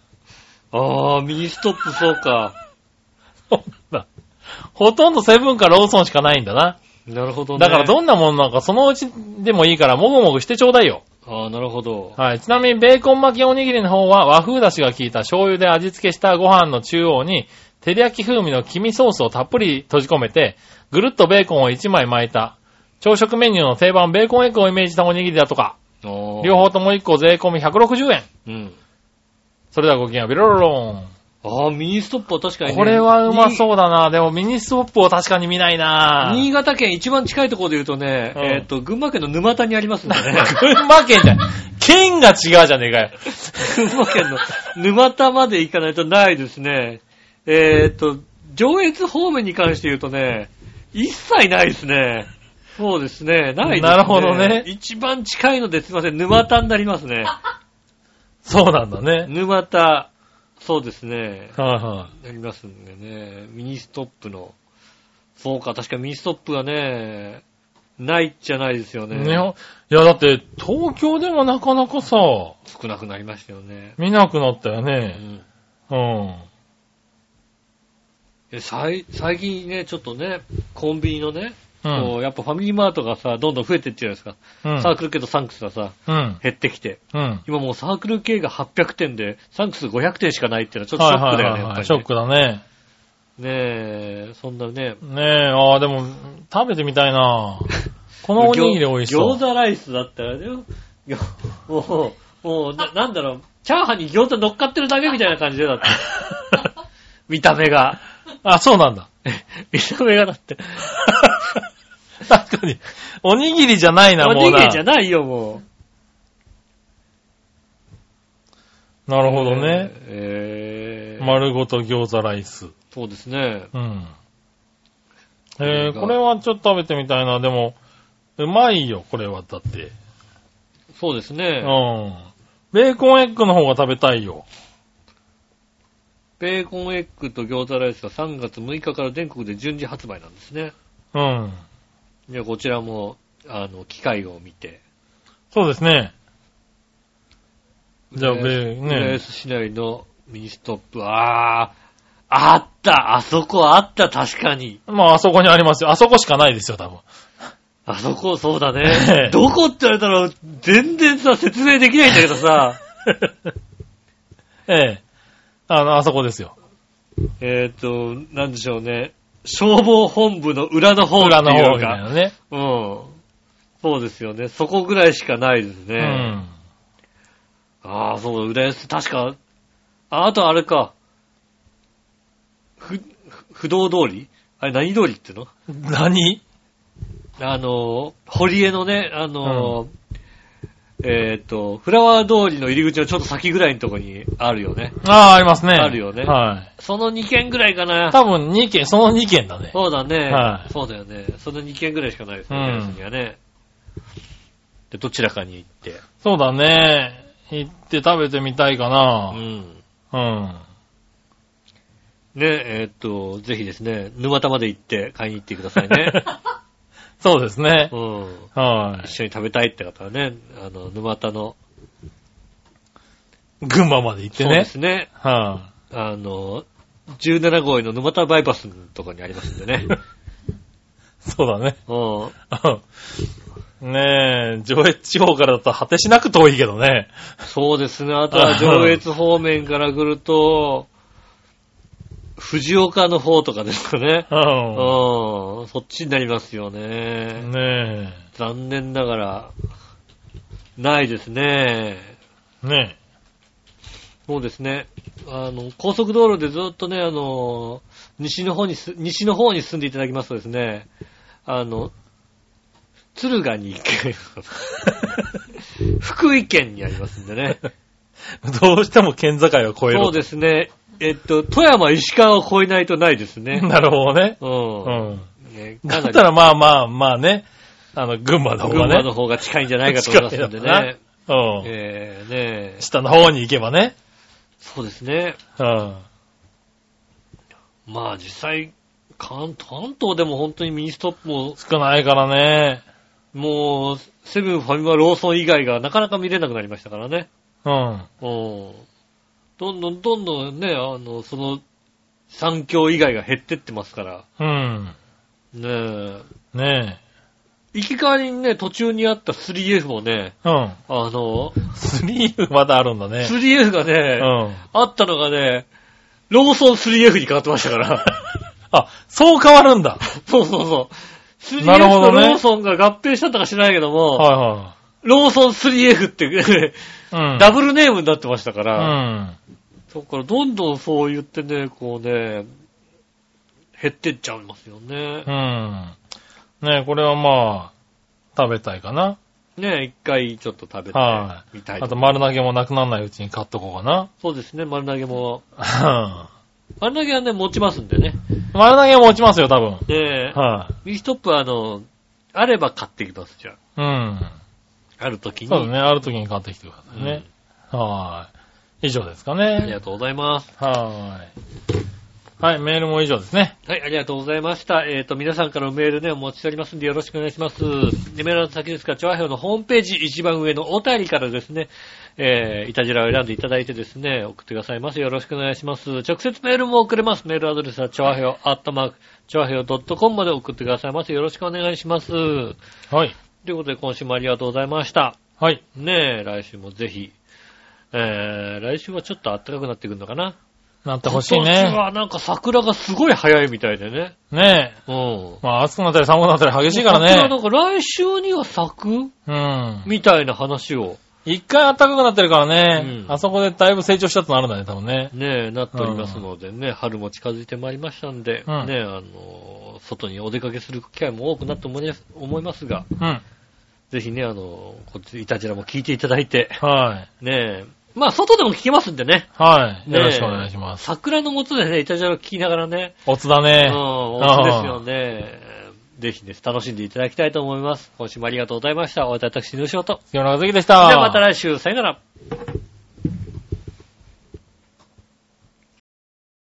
S2: ああ、ミニストップそうか。
S3: そうなんだほとんどセブンかローソンしかないんだな。
S2: なるほどね。
S3: だからどんなものなんかそのうちでもいいからもぐもぐしてちょうだいよ。
S2: ああ、なるほど。
S3: はい。ちなみにベーコン巻きおにぎりの方は和風出汁が効いた醤油で味付けしたご飯の中央に、照り焼き風味の黄身ソースをたっぷり閉じ込めて、ぐるっとベーコンを1枚巻いた。朝食メニューの定番ベーコンエッグをイメージしたおにぎりだとか、
S2: おー
S3: 両方とも1個税込み160円。
S2: うん。
S3: それではごきげんようビロロロン。
S2: ああ、ミニストップは確かにね
S3: これはうま
S2: に
S3: そうだな。でもミニストップを確かに見ないな。
S2: 新潟県一番近いところで言うとね、
S3: うん
S2: えっと、群馬県の沼田にありますんでね。
S3: 群馬県じゃん。県が違うじゃねえかよ。
S2: 群馬県の沼田まで行かないとないですね。えーっと、上越方面に関して言うとね、一切ないですね。そうですね、ないですね。
S3: なるほどね
S2: 一番近いのですいません、沼田になりますね。
S3: そうなんだね。
S2: 沼田、そうですね、
S3: はいは
S2: なりますんでね、ミニストップの、そうか、確かミニストップはね、ないじゃないですよ
S3: い。
S2: ね。
S3: ね、いや、だって、東京でもなかなかさ、
S2: 少なくなりましたよね。
S3: 見なくなったよ
S2: う
S3: ね。
S2: ん
S3: うん。
S2: え最最近ね、ちょっとね、コンビニのね、
S3: う
S2: こ
S3: ん。
S2: うやっぱファミリーマートがさ、どんどん増えてっちゃうじゃないです
S3: う
S2: か。
S3: ん
S2: サークル系とサンクスがさ、
S3: うん。
S2: 減ってきて。
S3: うん。
S2: 今もうサークル系が800点で、サンクス500点しかないっていうのはちょっとショ
S3: はい
S2: ック
S3: はい
S2: だよ
S3: は
S2: ね、
S3: い
S2: やっぱ
S3: は
S2: り
S3: い。ショックだね。
S2: ね。ねえ、そんなね。
S3: ねえ、ああ、でも、食べてみた いなこのおにぎり美味しそう。
S2: 餃子ライスだったらね、 よもう、もうな、なんだろう、チャーハンに餃子乗っかってるだけみたいな感じでだって。 見た目が。
S3: あ、そうなんだ。
S2: 見た目がだ って。
S3: 確かに。おにぎりじゃないな、
S2: お
S3: もう
S2: にぎ
S3: な。
S2: りじゃないよ、もう。
S3: なるほどね。
S2: えーえー
S3: 丸ごと餃子ライス。
S2: そうですね。
S3: うん。
S2: これ
S3: えー、
S2: が
S3: これはちょっと食べてみたいな。でも、うまいよ、これは。だって。
S2: そうです
S3: う
S2: ね。
S3: ん。ベーコンエッグの方が食べたいよ。
S2: ベーコンエッグと餃子ライスは3月6日から全国で順次発売なんですね。
S3: うん。
S2: じゃあこちらも、あの、機械を見て。
S3: そうですね。じゃあ、ベ
S2: 浦安
S3: ー、
S2: 浦
S3: ね
S2: 安市内のミニストップ。あー、あったあそこあった確かに。
S3: まあ、あそこにありますよ。あそこしかないですよ、 多分。
S2: あそこ、そうだ
S3: え
S2: ね
S3: え。
S2: どこって言われたら、全然さ、説明できないんだけど さ。
S3: ええ。あの、あそこですよ。
S2: えっと、なんでしょうね。消防本部の裏の方って
S3: 裏の
S2: い
S3: 方
S2: う
S3: みたい
S2: か。
S3: なね。
S2: うん。そうですよね。そこぐらいしかないですね。
S3: うん。
S2: ああ、そう、浦安、確か、あ、あとあれか。ふ、ふ不動通りあれ何通りっていうの
S3: 何
S2: あのー、堀江のね、あのー、えーっ、と、フラワー通りの入り口のちょっと先ぐらいのとこにあるよね。
S3: ああ、ありますね。
S2: あるよね
S3: は
S2: その2軒ぐらいか
S3: い。
S2: な。
S3: 多分2件、その2件だね。
S2: そうだね、
S3: はい
S2: そうだよね。その2軒ぐらいしかないですね、
S3: うん
S2: 浦安にはね。で、どちらかに行って。
S3: そうだね。行って食べてみたいか
S2: う
S3: な。
S2: ん。
S3: うん。
S2: ね、えーっ、と、ぜひですね、沼田まで行って買いに行ってくださいね。
S3: そうですね
S2: う。ん。
S3: は
S2: 一緒に食べたいって方はね、あの、沼田の、
S3: い。群馬まで行って
S2: そうで
S3: ね。
S2: すね、
S3: は
S2: あの、17号への沼田バイパスのとこにありますんでね。
S3: い。そうだね。
S2: うん。
S3: うんねえ、上越地方からだと果てしなく遠いけどね。
S2: そうですね、あとは上越方面から来る と、藤岡の方とかですかね。
S3: う。
S2: うんん、そっちになりますよね。
S3: ね
S2: 残念ながら、ないですね。
S3: え、ね
S2: そうですね。あの、高速道路でずっとね、あの、西の方にす、西の方に進んでいただきますとですね、あの、敦賀に行 け、福井県にありますんでね。
S3: え。どうしても県境を越える。。
S2: そうですね。えっと、富山、石川を越えないとないですね
S3: なるほどね。
S2: う。
S3: うんん。
S2: ねか
S3: だっ
S2: な
S3: た
S2: り、
S3: らまあまあまあね。あの、群馬の方
S2: 群
S3: が
S2: 馬
S3: ね
S2: の。方が近いんじゃないかと思いますんで
S3: 近い
S2: ね。
S3: うん。
S2: えー、ねえ
S3: 下の方に行けばね。
S2: そうですね。
S3: うん。
S2: まあ実際、関関東でも本当にミニストップも
S3: 少ないからね。
S2: もう、セブンファミマローソン以外がなかなか見れなくなりましたからね。
S3: うん。
S2: うん。どんどんどんどんね、あの、その、産業以外が減ってってますから。
S3: うん。
S2: ねえ。
S3: ね
S2: 行き帰りにね、途中にあった 3F もね、
S3: え。うん。
S2: あの、
S3: スリーフまだあるんだね。
S2: 3F が
S3: う
S2: ね、
S3: ん。
S2: あったのがね、ローソン 3F に変わってました から。
S3: あ、そう変わるんだ。
S2: そうそうそう。
S3: な
S2: 3F
S3: るほ
S2: と
S3: どね
S2: ローソンが合併したとか知らないけども、
S3: は
S2: ローソン 3F って、
S3: いはい。うん。
S2: ダブルネームになってましたか
S3: う
S2: ら、
S3: ん。
S2: だからどんどんそう言ってね、こうね、減ってっちゃいますよね
S3: う。ん。ねえ、これはまあ、食べたいかな。
S2: ね、一回ちょっと食べて
S3: は
S2: みたい
S3: あ
S2: と
S3: と丸投げもなくならないうちに買っとこうか
S2: そうですね、丸投げも。
S3: な。
S2: 丸投げはね、持ちますんでね。
S3: 丸投げも落ちますよ、多分。
S2: で、
S3: は
S2: ミストップはあの、あれば買ってきます、じゃあ。
S3: い。うん。
S2: ある時に。
S3: そうですね。ある時に買ってきてくださいね。はーい。以上ですか
S2: うん。ありが
S3: ね。
S2: とうございます。
S3: はーい。はい、メールも以上ですね。
S2: はい、ありがとうございました。えっ、と、皆さんからのメールね、お持ちしておりますんで、よろしくお願いします。で、メールの先ですが、調和表のホームページ、一番上のお便りからですね、えー、いたじらを選んでいただいてですね、送ってくださいます。よろしくお願いします。直接メールも送れます。メールアドレスは、調和表、アットマーク、調和表 .com まで送ってくださいます。よろしくお願いします。
S3: はい。
S2: ということで、今週もありがとうございました。
S3: はい。
S2: ねえ、来週もぜひ。えー、来週はちょっと暖かくなってくるのかな。
S3: なってほしい
S2: 今年
S3: ね。
S2: はなんか桜がすごい早いみたいでね。
S3: ねえ。
S2: うん。
S3: まあ、暑くなったり寒くなったり激しいから
S2: 桜な
S3: ね。
S2: んか来週には咲く
S3: うん。
S2: みたいな話を、
S3: 一回暖かくなってるから
S2: う
S3: ね。
S2: ん
S3: あそこでだいぶ成長したとなるんだね、多分ね。
S2: ねえ、なっておりますのでね、春も近づいてまいりましたんで、
S3: うん
S2: ねえ、あの、外にお出かけする機会も多くなって思います思いますが、
S3: うん。
S2: ぜひね、あの、こっち、いたじらも聞いていただいて、
S3: はい。
S2: ねえ、まあ、外でも聞けますんでね。
S3: はい。
S2: ねえ
S3: よろしくお願いします。
S2: 桜の下でね、いたじらを聞きながらね、
S3: おつだ
S2: うん、
S3: ね。
S2: おうですよね。ぜひね、楽しんでいただきたいと思います。今週もありがとうございました。お会いいたい私、ぬしおと。
S3: 杉村和樹でし
S2: で
S3: た。
S2: はまた来週、さよなら。